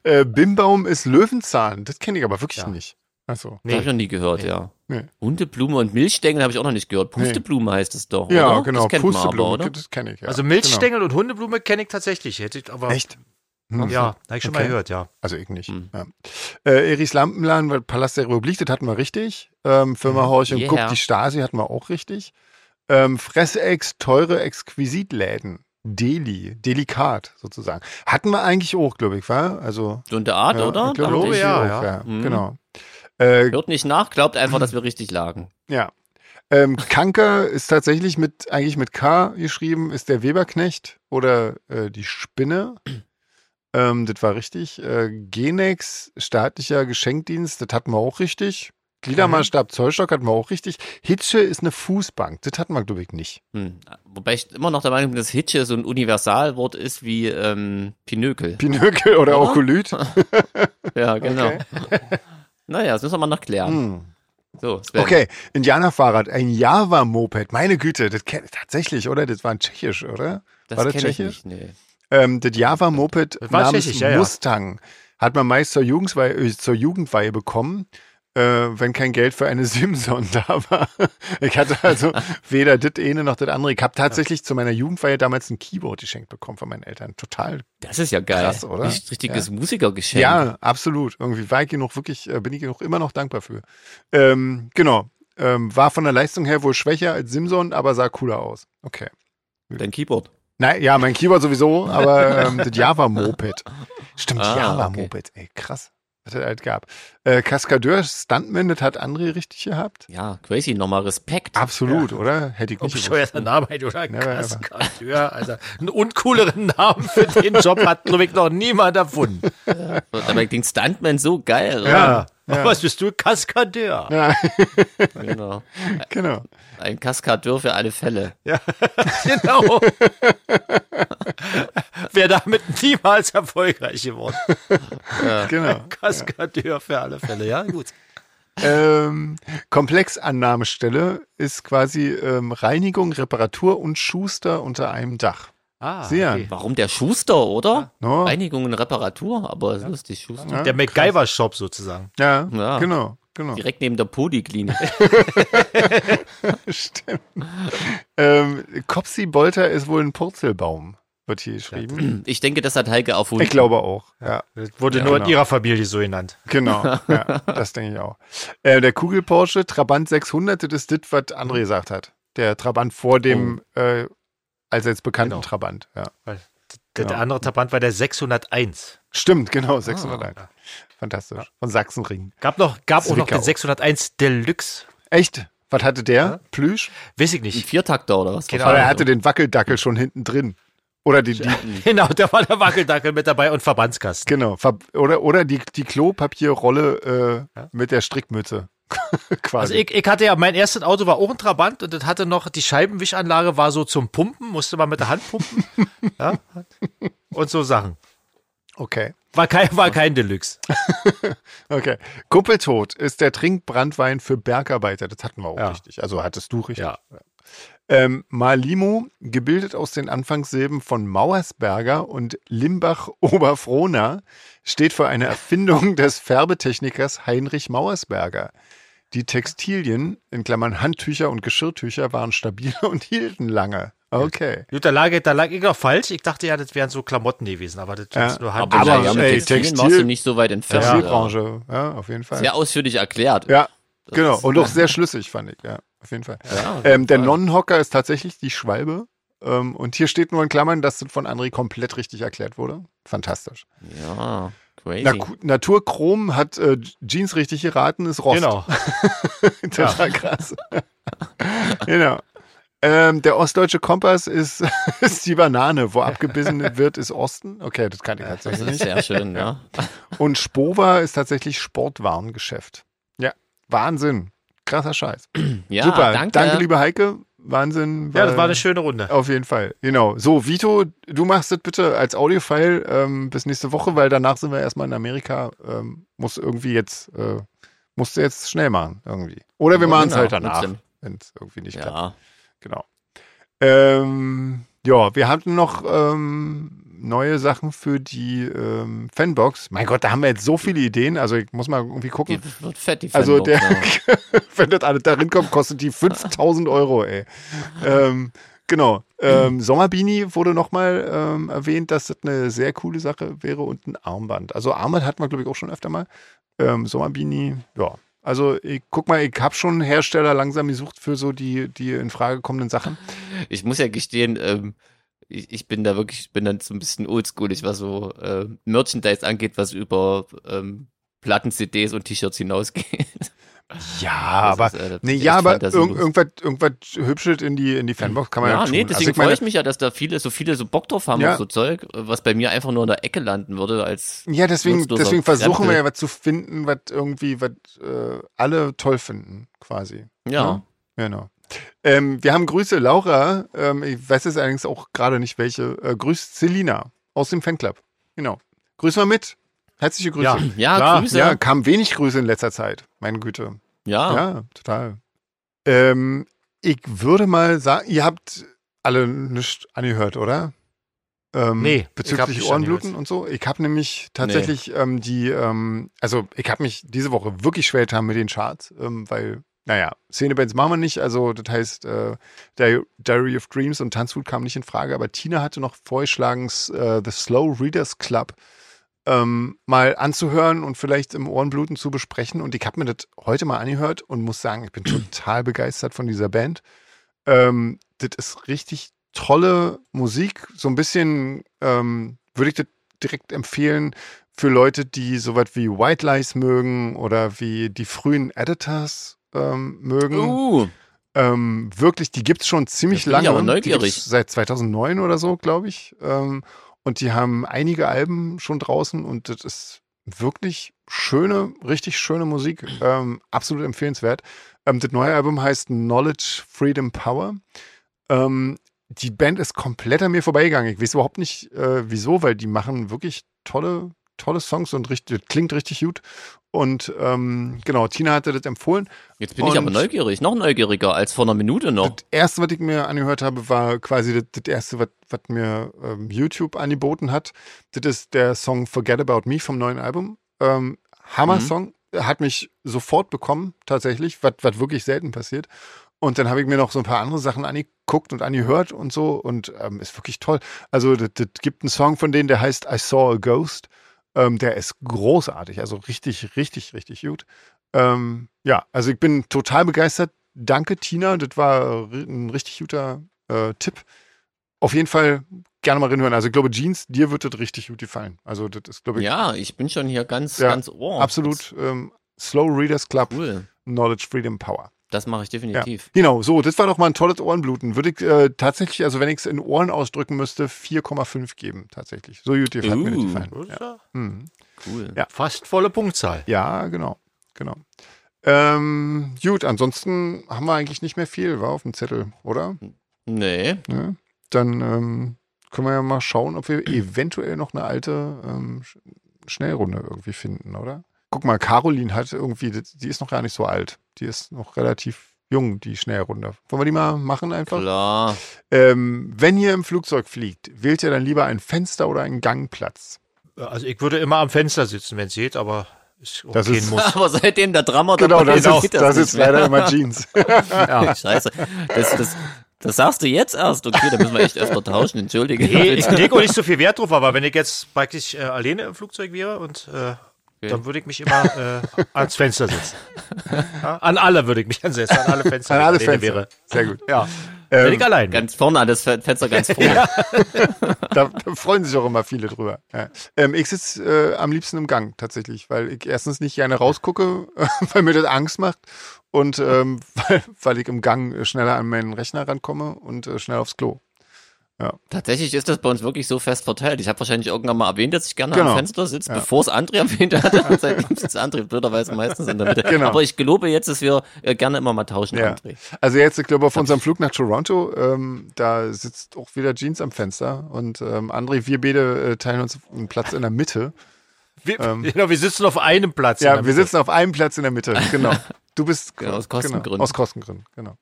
S1: Äh, Bimbaum ist Löwenzahn. Das kenne ich aber wirklich
S2: Ja.
S1: nicht. Achso.
S3: Das Hab ich
S2: Nee.
S3: noch nie gehört, ja.
S1: Nee.
S3: Hundeblume und Milchstängel habe ich auch noch nicht gehört. Pusteblume heißt es doch.
S1: Ja,
S3: oder?
S1: genau.
S3: Das kennt man aber, oder?
S1: Das kenne ich. Ja.
S2: Also
S3: Genau.
S2: Milchstängel und Hundeblume kenne ich tatsächlich. Hätte ich aber.
S1: Genau. Echt? Hm.
S2: Ja, habe ich schon mal
S1: Okay.
S2: gehört, ja.
S1: Also ich nicht.
S3: Hm.
S1: Ja. Äh, Eris Lampenladen, weil Palast der Republik, das hatten wir richtig. Ähm, Firma Horch und
S3: Yeah.
S1: Guck, die Stasi hatten wir auch richtig. Ähm, Fressex, teure Exquisitläden. Deli, delikat sozusagen. Hatten wir eigentlich auch, glaube ich, war? Also,
S3: So in der Art,
S1: ja,
S3: oder?
S1: Ich glaube,
S3: Dachte
S2: ich,
S1: ja,
S2: ja,
S1: auch,
S2: ja.
S1: ja.
S3: Hm.
S1: Genau. Äh,
S3: Hört nicht nach, glaubt einfach, dass wir richtig lagen.
S1: ja. Ähm, Kanker ist tatsächlich mit, eigentlich mit K geschrieben, ist der Weberknecht oder äh, die Spinne. Ähm, das war richtig. Äh, Genex, staatlicher Geschenkdienst, das hatten wir auch richtig.
S3: Mhm.
S1: Gliedermaßstab Zollstock hatten wir auch richtig. Hitsche ist eine Fußbank. Das hatten wir, glaube ich, nicht.
S3: Hm. Wobei ich immer noch der Meinung bin, dass Hitsche so ein Universalwort ist wie ähm, Pinökel.
S1: Pinökel oder
S3: Ja.
S1: Okolyt.
S3: Ja, genau.
S1: Okay.
S3: (laughs) Naja, das müssen wir mal noch klären.
S1: Hm.
S3: So, Sven.
S1: Okay, Indianerfahrrad, ein Java-Moped. Meine Güte, das kennt tatsächlich, oder? Das war ein Tschechisch, oder?
S3: das
S1: war das
S3: kenne ich
S1: Tschechisch?
S3: nicht. Nee.
S1: Ähm, das Java-Moped
S2: Das war
S1: namens
S2: tschechisch, ja, ja.
S1: Mustang hat man meist zur Jugendweihe, äh, zur Jugendweihe bekommen, äh, wenn kein Geld für eine (laughs) Simson da war. Ich hatte
S2: (laughs)
S1: also weder das eine noch das andere. Ich habe tatsächlich zu meiner Jugendweihe damals ein Keyboard geschenkt bekommen von meinen Eltern. Total.
S3: Das ist ja geil.
S1: Krass, oder?
S3: Richtig- Richtiges Musikergeschenk.
S1: Ja, absolut. Irgendwie war ich genug, wirklich, äh, bin ich genug, immer noch dankbar für. Ähm, genau. Ähm, war von der Leistung her wohl schwächer als Simson, aber sah cooler aus. Okay.
S3: Dein Keyboard.
S1: Nein, ja, mein Keyboard sowieso, aber
S3: (laughs)
S1: ähm, das Java-Moped. Stimmt,
S3: Ah,
S1: Java-Moped, ey, krass. Was es halt gab. Äh, Kaskadeur, Stuntman, das hat André richtig gehabt.
S3: Ja, crazy. Nochmal Respekt.
S1: Ah. Absolut, oder? Hätte ich
S2: Ob
S1: nicht
S2: bescheuerter Name halt, oder?
S1: Never ever.
S2: Kaskadeur, also einen uncooleren Namen für
S1: (laughs)
S2: den Job hat, glaube ich, noch niemand erfunden.
S3: Dabei klingt Stuntman so geil.
S2: Ja. Aber was bist du? Kaskadeur.
S1: Ja,
S3: Oder? Genau.
S1: genau.
S3: Ein Kaskadeur für alle Fälle.
S2: Genau. (laughs) Wer damit niemals erfolgreich geworden.
S1: genau.
S2: Kaskadeur für alle Fälle, ja, gut.
S1: ähm, Komplexannahmestelle ist quasi ähm, Reinigung, Reparatur und Schuster unter einem Dach.
S2: Ah,
S1: Sehr.
S3: Warum der Schuster, oder?
S1: No?
S3: Reinigung und Reparatur, aber ist lustig, Schuster.
S1: Ja,
S2: Der MacGyver-Shop sozusagen.
S1: ne? ja,
S3: Ah. Ja.
S1: genau, genau.
S3: Direkt neben der Poliklinik.
S1: (laughs) Stimmt. ähm, Kopsi Bolter ist wohl ein Purzelbaum, wird hier geschrieben.
S3: Ich denke, das hat Heike erfunden.
S1: Ich glaube auch, ja.
S2: Das wurde nur
S1: genau.
S2: in ihrer Familie so genannt.
S1: Genau, ja, das denke ich auch. Äh, der Kugel Porsche Trabant 600, das ist das, was André gesagt hat. Der Trabant vor dem äh, allseits bekannten
S2: Oh. Genau.
S1: Trabant. Ja.
S2: Weil der,
S1: Genau.
S2: der andere Trabant war der 601.
S1: Stimmt, genau, 600.
S2: Ah. ja.
S1: Fantastisch. Von Sachsenring.
S2: Gab, noch, gab auch noch
S1: Zwickau.
S2: den 601 Deluxe.
S1: Echt? Was hatte der? Plüsch?
S2: Weiß ich
S3: Ein
S2: nicht.
S3: Viertakter oder was?
S2: Genau.
S1: Aber
S2: Ja,
S1: er hatte den Wackeldackel schon hinten drin. Oder die, die
S2: (laughs) Genau, da war der Wackeldackel mit dabei und Verbandskasten.
S1: genau, Ver- oder, oder die, die Klopapierrolle äh, mit der Strickmütze. (laughs)
S2: Also
S1: Quasi.
S2: ich, ich hatte ja, mein erstes Auto war auch ein Trabant und das hatte noch, die Scheibenwischanlage war so zum Pumpen, musste man mit der Hand pumpen. ja, und so Sachen.
S1: okay.
S2: War kein, war kein Deluxe.
S1: Okay. Kuppeltod ist der Trinkbrandwein für Bergarbeiter. Das hatten wir auch
S2: Ja.
S1: richtig. Also hattest du richtig.
S2: Ja.
S1: Ähm, Malimo, gebildet aus den Anfangssilben von Mauersberger und Limbach-Oberfrohna, steht für eine Erfindung des Färbetechnikers Heinrich Mauersberger. Die Textilien, in Klammern Handtücher und Geschirrtücher, waren stabil und hielten lange. Okay.
S2: Gut, da lag, da lag ich noch falsch. Ich dachte ja, das wären so Klamotten gewesen, aber das
S1: Ja.
S2: ist nur Hand.
S3: Aber,
S1: Aber,
S3: naja, mit
S1: ey,
S3: Textilien
S1: Textil-
S3: warst du nicht so weit entfernt. ja.
S1: Textilbranche, ja, auf jeden Fall.
S3: Sehr ausführlich erklärt.
S1: Ja,
S3: Das
S1: genau.
S3: ist- (laughs)
S1: Und auch sehr schlüssig, fand ich, ja, auf jeden Fall.
S3: Ja, auf jeden
S1: Ähm, der
S3: Fall.
S1: Nonnenhocker ist tatsächlich die Schwalbe. Ähm, und hier steht nur in Klammern, dass das von André komplett richtig erklärt wurde. Fantastisch.
S3: Ja, crazy.
S1: Na, Naturchrom hat äh, Jeans richtig geraten, ist Rost. (laughs)
S2: Genau.
S1: das war krass. (laughs) genau. Ähm, der ostdeutsche Kompass ist, (laughs) ist die Banane. Wo abgebissen wird, ist Osten. Okay, das kann ich
S3: das
S1: tatsächlich
S3: ist
S1: nicht.
S3: sehr
S1: (laughs)
S3: schön, ja.
S1: Und Spova ist tatsächlich Sportwarengeschäft. Ja, Wahnsinn. Krasser Scheiß.
S3: ja
S1: Super,
S3: danke.
S1: danke. liebe Heike. Wahnsinn.
S2: Ja, das war
S1: weil-
S2: eine schöne Runde.
S1: Auf jeden Fall, genau. So, Vito, du machst das bitte als Audiofile ähm, bis nächste Woche, weil danach sind wir erstmal in Amerika. Ähm, muss irgendwie jetzt, äh, musst du jetzt schnell machen, irgendwie. Oder wir
S3: Ja,
S1: machen es
S3: genau,
S1: halt danach,
S3: trotzdem.
S1: wenn es irgendwie nicht klappt.
S3: Ja.
S1: Genau. Ähm, ja, wir hatten noch ähm, neue Sachen für die ähm, Fanbox. Mein Gott, da haben wir jetzt so viele Ideen. Also ich muss mal irgendwie gucken.
S3: Die wird fett, die
S1: Also der,
S3: Fanbox, ja.
S1: (laughs) wenn das alles darin kommt, kostet die 5000 Euro, ey. Ähm, genau. Ähm, Sommerbini wurde nochmal ähm, erwähnt, dass das eine sehr coole Sache wäre und ein Armband. Also Armband hatten wir, glaube ich, auch schon öfter mal. Ähm, Sommerbini, ja. Also ich guck mal, ich habe schon Hersteller langsam gesucht für so die, die in Frage kommenden Sachen.
S3: ich muss ja gestehen, ähm, ich, ich bin da wirklich, ich bin dann so ein bisschen oldschoolig, was so äh, Merchandise angeht, was über ähm, Platten, CDs und T-Shirts hinausgeht. (laughs)
S1: Ja, aber,
S3: ist, äh, das
S1: nee,
S3: ist
S1: ja,
S3: echt
S1: aber
S3: fantasielos.
S1: irg irgendwas, irgendwas hübsches in die, in die Fanbox kann man ja,
S3: Ja,
S1: tun.
S3: nee,
S1: also
S3: deswegen
S1: ich meine,
S3: freue ich mich ja, dass da viele, so viele so Bock drauf haben
S1: Ja.
S3: auf so Zeug, äh, was bei mir einfach nur in der Ecke landen würde als
S1: ja, deswegen,
S3: nutzloser
S1: deswegen versuchen wir
S3: Krempel.
S1: ja was zu finden, was irgendwie, was äh, alle toll finden, quasi.
S3: Ja.
S1: Genau. Ähm, wir haben Grüße, Laura. Ähm, ich weiß jetzt allerdings auch gerade nicht welche. Äh, grüßt Selina aus dem Fanclub. Genau. Grüß mal mit. Herzliche Grüße.
S2: Ja.
S3: Ja, Ah,
S2: Klar,
S3: Grüße. Ah.
S1: Ja,
S3: Ja.
S1: kam wenig Grüße in letzter Zeit. Meine Güte. Ja, total. Ähm, ich würde mal sagen, ihr habt alle nicht angehört, oder? Ähm,
S2: Nee, ich hab
S1: Bezüglich
S2: nicht
S1: Ohrenbluten
S2: angehört.
S1: und so. Ich habe nämlich tatsächlich ähm, die, ähm, also ich habe mich diese Woche wirklich schwer getan mit den Charts, ähm, weil, naja, Szenebands machen wir nicht. Also das heißt, äh, Di- Diary of Dreams und Tanzhut kamen nicht in Frage, aber Tina hatte noch vorgeschlagen, s- äh, The Slow Readers Club ähm, mal anzuhören und vielleicht im Ohrenbluten zu besprechen. Und ich habe mir das heute mal angehört und muss sagen, ich bin total begeistert von dieser Band. Ähm, das ist richtig tolle Musik. So ein bisschen ähm, würde ich das direkt empfehlen für Leute, die sowas wie White Lies mögen oder wie die frühen Editors ähm, mögen.
S3: Uh,
S1: Ähm, wirklich, die gibt's schon ziemlich
S3: Da bin ich
S1: lange.
S3: aber neugierig.
S1: Die gibt's seit 2009 oder so, glaube ich. Ähm, und die haben einige Alben schon draußen und das ist wirklich schöne, richtig schöne Musik. Ähm, absolut empfehlenswert. Ähm, das neue Album heißt Knowledge, Freedom, Power. Ähm, die Band ist komplett an mir vorbeigegangen. Ich weiß überhaupt nicht, äh, wieso, weil die machen wirklich tolle, tolle Songs und richtig, das klingt richtig gut. Und ähm, genau, Tina hatte das empfohlen.
S3: jetzt bin ich aber
S1: Und-
S3: neugierig, noch neugieriger als vor einer Minute noch.
S1: Das erste, was ich mir angehört habe, war quasi das, das erste, was, was mir ähm, YouTube angeboten hat. Das ist der Song Forget About Me vom neuen Album. Ähm, Hammer-Song. Hat mich sofort bekommen, tatsächlich, was, was wirklich selten passiert. Und dann habe ich mir noch so ein paar andere Sachen angeguckt und angehört und so und ähm, ist wirklich toll. Also, das, das gibt einen Song von denen, der heißt I Saw a Ghost. Ähm, der ist großartig, also richtig, richtig, richtig gut. Ähm, ja, also ich bin total begeistert. Danke, Tina. Das war ri- ein richtig guter äh, Tipp. Auf jeden Fall gerne mal reinhören. Also ich glaube, Jeans, dir wird das richtig gut gefallen. Also das ist, glaube ich,
S3: Ja, ich bin schon hier ganz,
S1: Ja,
S3: ganz ohr.
S1: absolut ähm, Slow Readers Club,
S3: Cool.
S1: Knowledge, Freedom, Power.
S3: Das mache ich
S1: Ja.
S3: definitiv.
S1: Genau, so, das war doch mal ein tolles Ohrenbluten. Würde ich äh, tatsächlich, also wenn ich es in Ohren ausdrücken müsste, 4,5 geben, tatsächlich. So gut, hat mir das
S3: Uh.
S1: gefallen.
S2: Das ist ja
S1: Mhm.
S3: Cool.
S1: Ja.
S2: Fast volle Punktzahl.
S1: Ja, genau. genau. Ähm, gut, ansonsten haben wir eigentlich nicht mehr viel, war auf dem Zettel, oder?
S3: Nee.
S1: Ne? Dann ähm, können wir ja mal schauen, ob wir eventuell noch eine alte ähm, Sch- Schnellrunde irgendwie finden, oder? Guck mal, Caroline hat irgendwie, die- die ist noch gar nicht so alt. Die ist noch relativ jung, die Schnellrunde. Wollen wir die mal machen einfach?
S3: Klar. (laughs)
S1: Ähm, wenn ihr im Flugzeug fliegt, wählt ihr dann lieber ein Fenster oder einen Gangplatz?
S2: Also ich würde immer am Fenster sitzen, wenn es geht, aber ist auch
S1: Das
S2: kein
S1: ist-
S2: Muss.
S3: Aber seitdem der Drama
S1: Genau,
S3: dabei
S1: das,
S3: ist,
S1: ist,
S3: geht
S1: das
S3: nicht
S1: ist
S3: mehr.
S1: leider immer
S3: (laughs)
S1: Jeans.
S2: Ja.
S3: Scheiße. Das, das, das sagst du jetzt erst. Okay, da müssen wir echt öfter tauschen. Entschuldige.
S2: Nee, ich lege auch Äh, nicht so viel Wert drauf, aber wenn ich jetzt praktisch äh, alleine im Flugzeug wäre und äh, dann würde ich mich immer äh, ans
S1: (laughs)
S2: Fenster setzen. Ja, an alle würde ich mich ansetzen, an alle Fenster.
S1: An
S2: wenn ich
S1: alle
S2: alleine
S1: Fenster.
S2: Wäre.
S1: Sehr gut.
S2: Ja, wenn
S1: Ähm,
S2: ich allein bin.
S3: Ganz vorne an das Fe- Fenster ganz vorne.
S1: da, da freuen sich auch immer viele drüber. Ja. Ähm, ich sitze äh, am liebsten im Gang tatsächlich, weil ich erstens nicht gerne rausgucke, (laughs) weil mir das Angst macht und ähm, weil, weil ich im Gang äh, schneller an meinen Rechner rankomme und äh, schnell aufs Klo.
S3: Tatsächlich ist das bei uns wirklich so fest verteilt. Ich habe wahrscheinlich irgendwann mal erwähnt, dass ich gerne
S1: Genau.
S3: am Fenster sitze,
S1: Ja.
S3: bevor es André erwähnt hat. (laughs) Und seitdem sitzt André blöderweise meistens in der Mitte.
S1: Genau.
S3: Aber ich gelobe jetzt, dass wir äh, gerne immer mal tauschen,
S1: Ja.
S3: André.
S1: Also jetzt, ich glaube, auf unserem Flug nach Toronto, ähm, da sitzt auch wieder Jeans am Fenster und ähm, André, wir beide äh, teilen uns einen Platz in der Mitte.
S2: Wir, genau, wir sitzen auf einem Platz. in
S1: ähm, Ja,
S2: der
S1: wir
S2: Mitte.
S1: sitzen auf einem Platz in der Mitte,
S3: (laughs)
S1: genau. Du bist
S3: Genau, aus Kostengründen.
S1: Genau, aus Kostengründen, genau.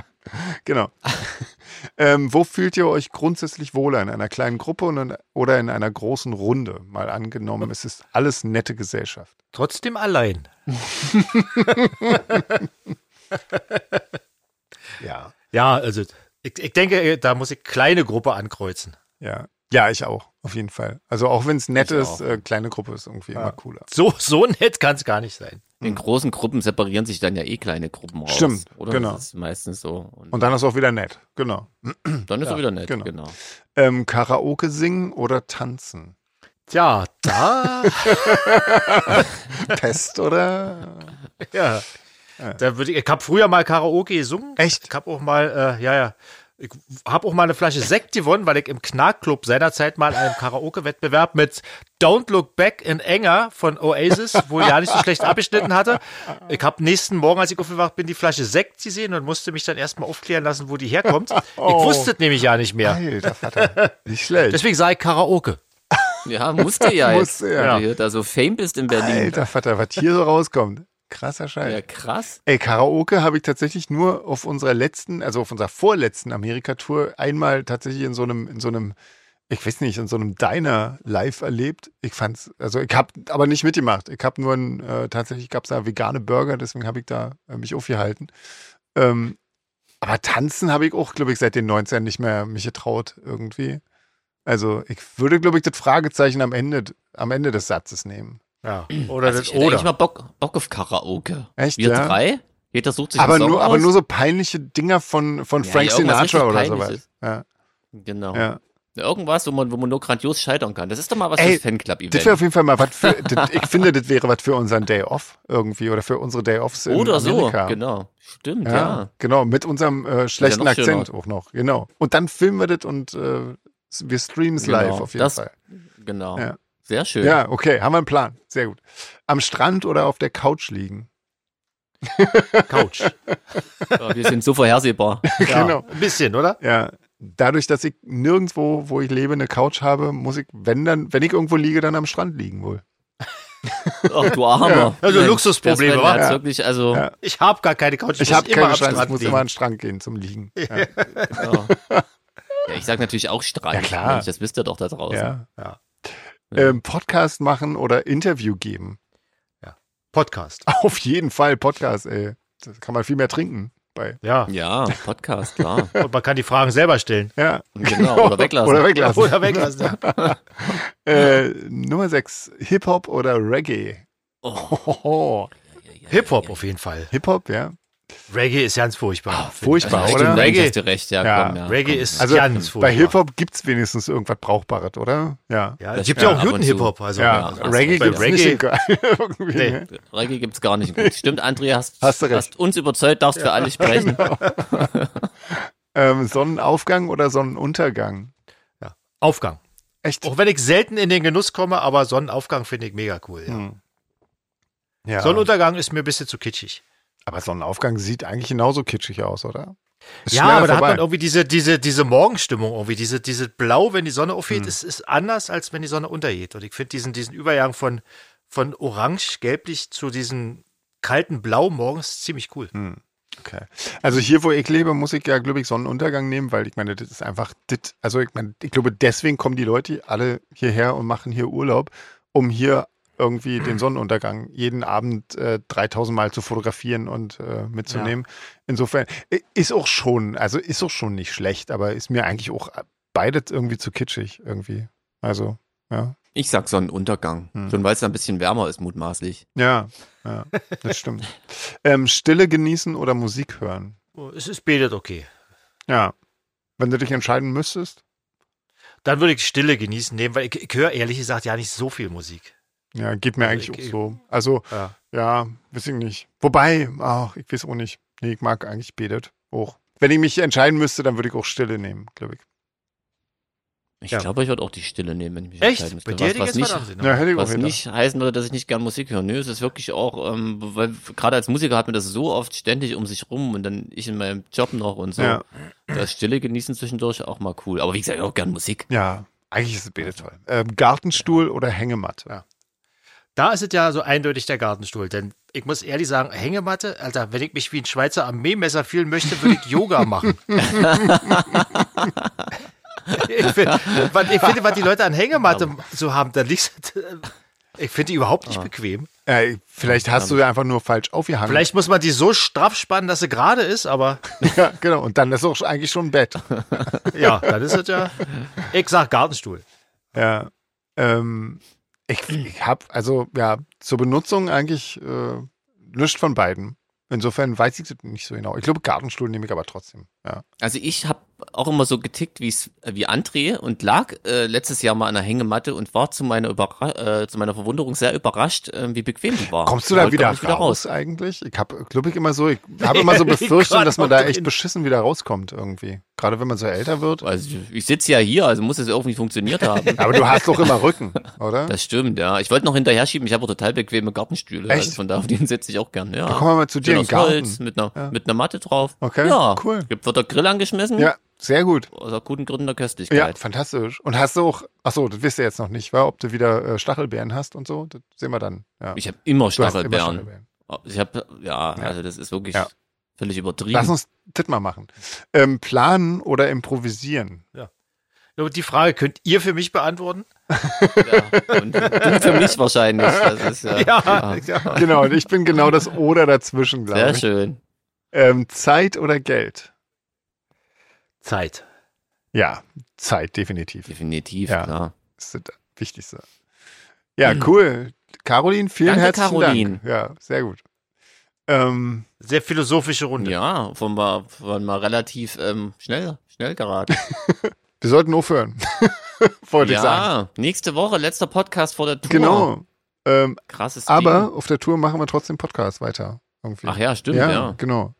S1: (laughs) genau. ähm, wo fühlt ihr euch grundsätzlich wohler? In einer kleinen Gruppe und in, oder in einer großen Runde? Mal angenommen, es ist alles nette Gesellschaft. (laughs)
S2: Trotzdem allein.
S1: Ja.
S2: Ja, also ich, ich denke, äh, da muss ich kleine Gruppe ankreuzen.
S1: Ja, ja ich auch, auf jeden Fall. Also auch wenn es nett
S3: Ich
S1: ist,
S3: auch.
S1: äh, kleine Gruppe ist irgendwie immer cooler.
S2: So, so nett kann es gar nicht sein.
S3: In großen Gruppen separieren sich dann ja eh kleine Gruppen raus.
S1: Mhm. Stimmt,
S3: oder?
S1: genau.
S3: Das ist meistens so. Und,
S1: Und dann ist auch wieder nett, genau.
S3: dann ist
S2: ja,
S3: es wieder nett.
S1: genau.
S3: Genau.
S1: Ähm, Karaoke singen oder tanzen?
S2: Tja, da,
S1: Pest (laughs) oder?
S2: ja. Da würde ich, ich habe früher mal Karaoke gesungen.
S1: Echt?
S2: Ich habe auch mal, äh, ja, ja. Ich habe auch mal eine Flasche Sekt gewonnen, weil ich im Knarkclub seinerzeit mal einen Karaoke-Wettbewerb mit Don't Look Back in Anger von Oasis, wo ich ja nicht so schlecht abgeschnitten hatte. Ich habe nächsten Morgen, als ich aufgewacht bin, die Flasche Sekt gesehen und musste mich dann erstmal aufklären lassen, wo die herkommt.
S1: (laughs)
S2: Ich
S1: Oh.
S2: wusste es nämlich ja nicht mehr.
S1: Alter Vater. Nicht schlecht.
S2: Deswegen sage ich Karaoke.
S3: Ja, musste
S1: (laughs)
S3: ja jetzt.
S1: Musste ja.
S3: Weil du da so Fame bist in Berlin.
S1: Alter Vater, was hier so rauskommt. Krasser Scheiß.
S3: Ja, krass.
S1: Ey, Karaoke habe ich tatsächlich nur auf unserer letzten, also auf unserer vorletzten Amerika-Tour einmal tatsächlich in so einem, in so einem, ich weiß nicht, in so einem Diner live erlebt. Ich fand's, also ich habe aber nicht mitgemacht. Ich habe nur ein, äh, tatsächlich gab's da vegane Burger, deswegen habe ich da äh, mich aufgehalten. Ähm, aber tanzen habe ich auch, glaube ich, seit den 19 nicht mehr mich getraut irgendwie. Also ich würde, glaube ich, das Fragezeichen am Ende, am Ende des Satzes nehmen.
S2: Ja. (clears throat) Oder
S3: Also
S2: das
S3: ich hätte
S2: oder.
S3: eigentlich mal Bock, Bock auf Karaoke.
S1: Echt,
S3: Wir
S1: ja?
S3: drei? Jeder sucht sich
S1: Aber
S3: einen Song
S1: nur, aber
S3: aus.
S1: nur so peinliche Dinger von, von
S3: Ja,
S1: Frank
S3: ja, irgendwas
S1: Sinatra oder
S3: richtig
S1: sowas.
S3: Peinliches.
S1: Ja,
S3: Genau.
S1: ja.
S3: Irgendwas, wo man, wo man nur grandios scheitern kann. Das ist doch mal was
S1: Ey,
S3: fürs
S1: Das wäre auf
S3: Fanclub-Event.
S1: jeden Fall mal was für, das, ich finde, das wäre was für unseren Day Off irgendwie oder für unsere Day Offs in
S3: Oder so,
S1: Amerika.
S3: genau. Stimmt,
S1: Ja,
S3: ja.
S1: genau, mit unserem äh, schlechten
S3: noch schöner.
S1: Akzent auch noch, genau. Und dann filmen wir das und äh, wir streamen es
S3: Genau,
S1: live auf jeden
S3: das-
S1: Fall.
S3: Genau.
S1: Ja.
S3: Sehr schön.
S1: Ja, okay, haben wir einen Plan. Sehr gut. Am Strand oder auf der Couch liegen.
S2: Couch.
S3: (laughs) Ja, wir sind so vorhersehbar.
S2: Ja,
S1: (laughs) Genau.
S2: Ein bisschen, oder?
S1: Ja, dadurch, dass ich nirgendwo, wo ich lebe, eine Couch habe, muss ich, wenn dann, wenn ich irgendwo liege, dann am Strand liegen wohl.
S3: Ach, du Armer.
S2: also
S3: Mensch,
S2: Luxusprobleme,
S3: der Sven,
S2: wa?
S3: der hat's
S1: Ja.
S3: wirklich, also,
S1: Ja.
S2: Ich habe gar keine Couch.
S1: Ich
S2: muss
S1: habe keine Chance, ich muss
S2: liegen.
S1: immer an den Strand gehen zum Liegen. Ja,
S3: ja. ja. Ich sag natürlich auch Streit.
S1: Ja, klar.
S3: Mensch, das wisst ihr doch da draußen.
S1: ja.
S2: Ja.
S1: Ähm, Podcast machen oder Interview geben. (laughs)
S2: Podcast.
S1: Auf jeden Fall Podcast, ey. Da kann man viel mehr trinken bei. (laughs)
S2: Ja.
S3: Ja, Podcast, klar.
S2: Und man kann die Fragen selber stellen.
S1: Ja.
S3: Genau, oder
S1: (laughs)
S3: weglassen.
S1: Oder weglassen.
S2: Oder weglassen. Ja.
S1: äh, Nummer 6. Hip-Hop oder Reggae?
S3: Oh.
S1: Hohoho.
S2: Hip-Hop auf jeden Fall.
S1: Hip-Hop, ja.
S2: Reggae ist ganz furchtbar.
S1: Furchtbar,
S3: Also,
S1: oder?
S3: stimmt, Reggae.
S2: Reggae.
S3: Hast du recht, ja,
S1: Ja,
S3: komm, ja.
S2: Reggae
S3: komm,
S2: ist
S1: Also,
S2: ganz furchtbar.
S1: Bei Hip-Hop gibt es wenigstens irgendwas Brauchbares, oder? Ja.
S2: Ja,
S3: Das
S2: es gibt ja
S3: stimmt,
S2: auch
S3: ab
S2: guten
S3: und zu.
S2: Hip-Hop. Also,
S1: Ja,
S3: Ja,
S1: Reggae
S2: bei
S1: gibt es nicht.
S2: Reggae-
S1: egal. (laughs) Irgendwie,
S2: Nee.
S1: ne?
S3: Reggae gibt's gar nicht. Gut, stimmt, Andrea, hast,
S1: (laughs) Hast du recht. genau.
S3: uns überzeugt, darfst für alle sprechen.
S1: ähm, Sonnenaufgang oder Sonnenuntergang?
S2: Aufgang.
S1: Echt?
S2: Auch wenn ich selten in den Genuss komme, aber Sonnenaufgang finde ich mega cool. Ja.
S1: Hm. Ja.
S2: Sonnenuntergang ist mir ein bisschen zu kitschig.
S1: aber Sonnenaufgang sieht eigentlich genauso kitschig aus, oder? Ist
S2: ja,
S1: schneller
S2: aber da hat
S1: vorbei.
S2: man irgendwie diese, diese, diese Morgenstimmung, irgendwie, diese, diese Blau, wenn die Sonne
S1: Hm.
S2: aufgeht, ist, ist anders, als wenn die Sonne untergeht. Und ich finde diesen, diesen Übergang von, von orange, gelblich zu diesem kalten Blau morgens ziemlich cool.
S1: Okay. Also hier, wo ich lebe, muss ich ja, glaube ich, Sonnenuntergang nehmen, weil ich meine, das ist einfach, dit, also ich meine, ich glaube, deswegen kommen die Leute alle hierher und machen hier Urlaub, um hier irgendwie den Sonnenuntergang jeden Abend äh, 3000 Mal zu fotografieren und äh, mitzunehmen. Insofern äh, ist auch schon, also ist auch schon nicht schlecht, aber ist mir eigentlich auch beides irgendwie zu kitschig irgendwie. Also, ja.
S3: Ich sag Sonnenuntergang.
S1: Hm.
S3: Schon weil es ein bisschen wärmer ist, mutmaßlich.
S1: Ja, ja, das stimmt. ähm, Stille genießen oder Musik hören?
S2: Oh, Es ist betet okay.
S1: Ja. Wenn du dich entscheiden müsstest?
S2: Dann würde ich Stille genießen nehmen, weil ich, ich höre ehrlich gesagt ja nicht so viel Musik.
S1: Ja, geht mir eigentlich
S2: ich-
S1: auch so. Also,
S2: Ja.
S1: ja, weiß ich nicht. Wobei, ach, ich weiß auch nicht. Nee, ich mag eigentlich betet auch. Wenn ich mich entscheiden müsste, dann würde ich auch Stille nehmen, glaube ich.
S3: Ich
S2: Ja.
S3: glaube, ich würde auch die Stille nehmen, wenn ich mich entscheiden
S2: Echt?
S3: müsste.
S2: Bei dir hätte ich
S3: was, was
S2: jetzt
S3: nicht,
S2: mal Ansehen.
S1: Ja, hätte ich auch
S3: was
S1: wieder.
S3: nicht heißen würde, dass ich nicht gern Musik höre. Nö, es ist wirklich auch, ähm, weil gerade als Musiker hat man das so oft ständig um sich rum und dann ich in meinem Job noch und so.
S1: Ja.
S3: Das Stille genießen zwischendurch auch mal cool. Aber wie gesagt, auch gern Musik.
S1: Ja, eigentlich ist es betet toll. Ähm, Gartenstuhl oder Hängematte? Ja.
S2: Da ist es ja so eindeutig der Gartenstuhl, denn ich muss ehrlich sagen, Hängematte, Alter, wenn ich mich wie ein Schweizer Armeemesser fühlen möchte, würde
S3: (laughs)
S2: ich Yoga machen. ich, find, was, ich finde, was die Leute an Hängematte so haben, da liegt ich finde die überhaupt nicht bequem.
S1: Äh, vielleicht hast du ja einfach nur falsch aufgehangen.
S2: Vielleicht muss man die so straff spannen, dass sie gerade ist, aber
S1: (laughs) Ja, genau. Und dann ist auch eigentlich schon ein Bett.
S2: ja, dann ist
S3: (laughs)
S2: es ja. Ich sag Gartenstuhl.
S1: Ja. Ähm, ich ich habe, also ja, zur Benutzung eigentlich äh, nichts von beiden. Insofern weiß ich das nicht so genau. Ich glaube, Gartenstuhl nehme ich aber trotzdem. Ja.
S3: Also ich habe auch immer so getickt wie's, äh, wie André und lag äh, letztes Jahr mal an der Hängematte und war zu meiner, Überra äh, zu meiner Verwunderung sehr überrascht, äh, wie bequem die war.
S1: Kommst du
S3: Ich
S1: da
S3: wollte
S1: wieder,
S3: gar
S1: raus,
S3: nicht
S1: eigentlich? Ich habe, glaube ich, immer so, ich habe immer (laughs) so Befürchtungen,
S2: Gott,
S1: dass man da
S2: Gott,
S1: echt
S2: Gott.
S1: beschissen wieder rauskommt irgendwie. Gerade wenn man so älter wird.
S3: Also ich sitze ja hier, also muss es irgendwie funktioniert
S1: (laughs)
S3: haben.
S1: Aber du hast doch immer Rücken, oder?
S3: Das stimmt, ja. Ich wollte noch hinterher schieben, ich habe auch total bequeme Gartenstühle.
S1: Echt?
S3: Also von da auf den sitze ich auch gern. Ja.
S1: Dann kommen wir mal zu dir
S3: Schön
S1: in den
S3: aus
S1: Garten.
S3: Holz, mit einer, mit einer Matte drauf.
S1: Okay,
S3: ja.
S1: cool.
S3: Gibt, wird der Grill angeschmissen?
S1: Ja, sehr gut.
S3: Aus guten Gründen der
S1: Ja,
S3: Köstlichkeit.
S1: fantastisch. Und hast du auch, ach so, das wisst ihr jetzt noch nicht, wa? ob du wieder äh, Stachelbeeren hast und so, das sehen wir dann. Ja.
S3: Ich habe immer
S1: Du hast immer
S3: Stachelbeeren. Ich habe, ja,
S1: Ja.
S3: also das ist wirklich
S1: Ja.
S3: völlig übertrieben.
S1: Lass uns das mal machen. Ähm, planen oder improvisieren?
S2: Nur Die Frage könnt ihr für mich beantworten?
S3: (laughs) ja. Und du für mich wahrscheinlich.
S1: (laughs)
S3: Das ist, ja,
S2: Ja,
S3: ja.
S1: Genau, und ich bin genau das Oder dazwischen, glaube
S3: Sehr
S1: ich.
S3: schön.
S1: Ähm, Zeit oder Geld?
S2: Zeit.
S1: Ja, Zeit, definitiv.
S3: Definitiv,
S1: Ja.
S3: klar.
S1: Das ist das Wichtigste. Ja, cool. Caroline, vielen
S3: Hm. Danke,
S1: herzlichen
S3: Caroline.
S1: Dank. Ja, sehr gut. Ähm,
S2: Sehr philosophische Runde.
S3: Ja, von mal, von mal relativ ähm, schnell, schnell geraten.
S1: wir sollten aufhören, (laughs) wollte ich sagen.
S3: ja, nächste Woche, letzter Podcast vor der Tour.
S1: Genau. Ähm,
S3: Krasses
S1: aber
S3: Ding.
S1: auf der Tour machen wir trotzdem Podcast weiter. Irgendwie.
S3: Ach ja, stimmt, ja.
S1: genau.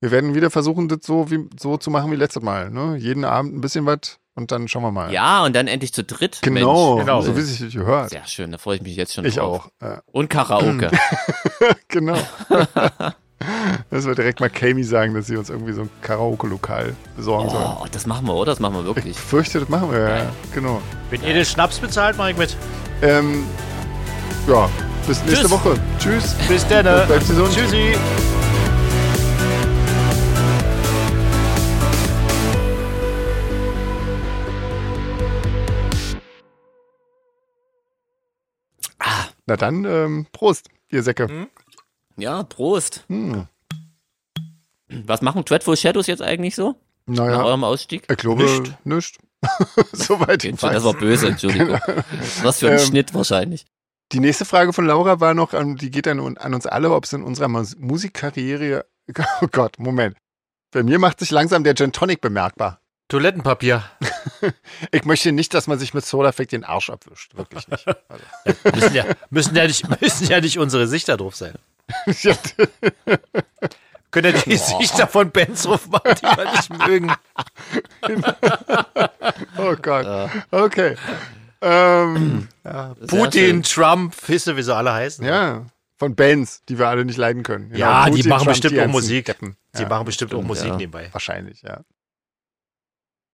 S1: Wir werden wieder versuchen, das so, wie, so zu machen wie letztes Mal. Ne? Jeden Abend ein bisschen was und dann schauen wir mal.
S3: Ja, und dann endlich zu dritt.
S1: Genau,
S3: Mensch.
S2: Genau.
S1: so wie sich das gehört.
S3: Sehr schön, da freue ich mich jetzt schon
S1: ich
S3: drauf.
S1: auch. Ja, (clears throat)
S3: Und Karaoke. (laughs)
S1: genau. Müssen wir direkt mal Kami sagen, dass sie uns irgendwie so ein Karaoke-Lokal besorgen soll.
S3: oh, das machen wir, oder? Das machen wir wirklich.
S1: Ich fürchte, das machen wir. Ja,
S3: Oh. Geil.
S1: genau.
S2: Wenn ihr den Schnaps bezahlt, mache ich mit.
S1: Ähm, ja, bis nächste
S2: Tschüss.
S1: Woche. Tschüss.
S2: Bis dann.
S3: Äh,
S1: Bleibt gesund.
S2: Tschüssi.
S1: Na dann, ähm, Prost, ihr Säcke.
S3: Ja, Prost.
S1: Hm.
S3: Was machen Dreadful Shadows jetzt eigentlich so? Nach
S1: Naja,
S3: eurem Ausstieg?
S1: ich glaube, (laughs)
S2: Nicht.
S1: nicht. Soweit ich
S3: Das war
S1: weiß. (laughs)
S3: böse, Entschuldigung. Was für ein
S1: Ähm,
S3: Schnitt wahrscheinlich.
S1: Die nächste Frage von Laura war noch, ähm, die geht an, an uns alle, ob es in unserer Mus Musikkarriere. (laughs) Oh Gott, Moment. Bei mir macht sich langsam der Gin Tonic bemerkbar.
S2: Toilettenpapier.
S1: Ich möchte nicht, dass man sich mit Sodafake den Arsch abwischt. Wirklich
S2: (laughs)
S1: nicht. Also.
S2: Müssen ja, müssen, ja nicht, (laughs) müssen ja nicht unsere Sichter drauf sein.
S1: Ja,
S2: Können (laughs) ja die Sichter von Bands drauf machen, die wir nicht mögen.
S1: (laughs) oh Gott. Okay.
S2: (clears throat)
S1: Ähm,
S2: Putin, Trump, wisse, wie sie alle heißen.
S1: ja, von Bands, die wir alle nicht leiden können. Genau.
S2: Ja, die
S1: Putin,
S2: machen
S1: Trump,
S2: bestimmt
S1: die
S2: auch
S1: ganzen
S2: Musik.
S1: Deppen.
S2: Die machen bestimmt auch Musik
S3: ja.
S2: nebenbei.
S1: Wahrscheinlich, ja.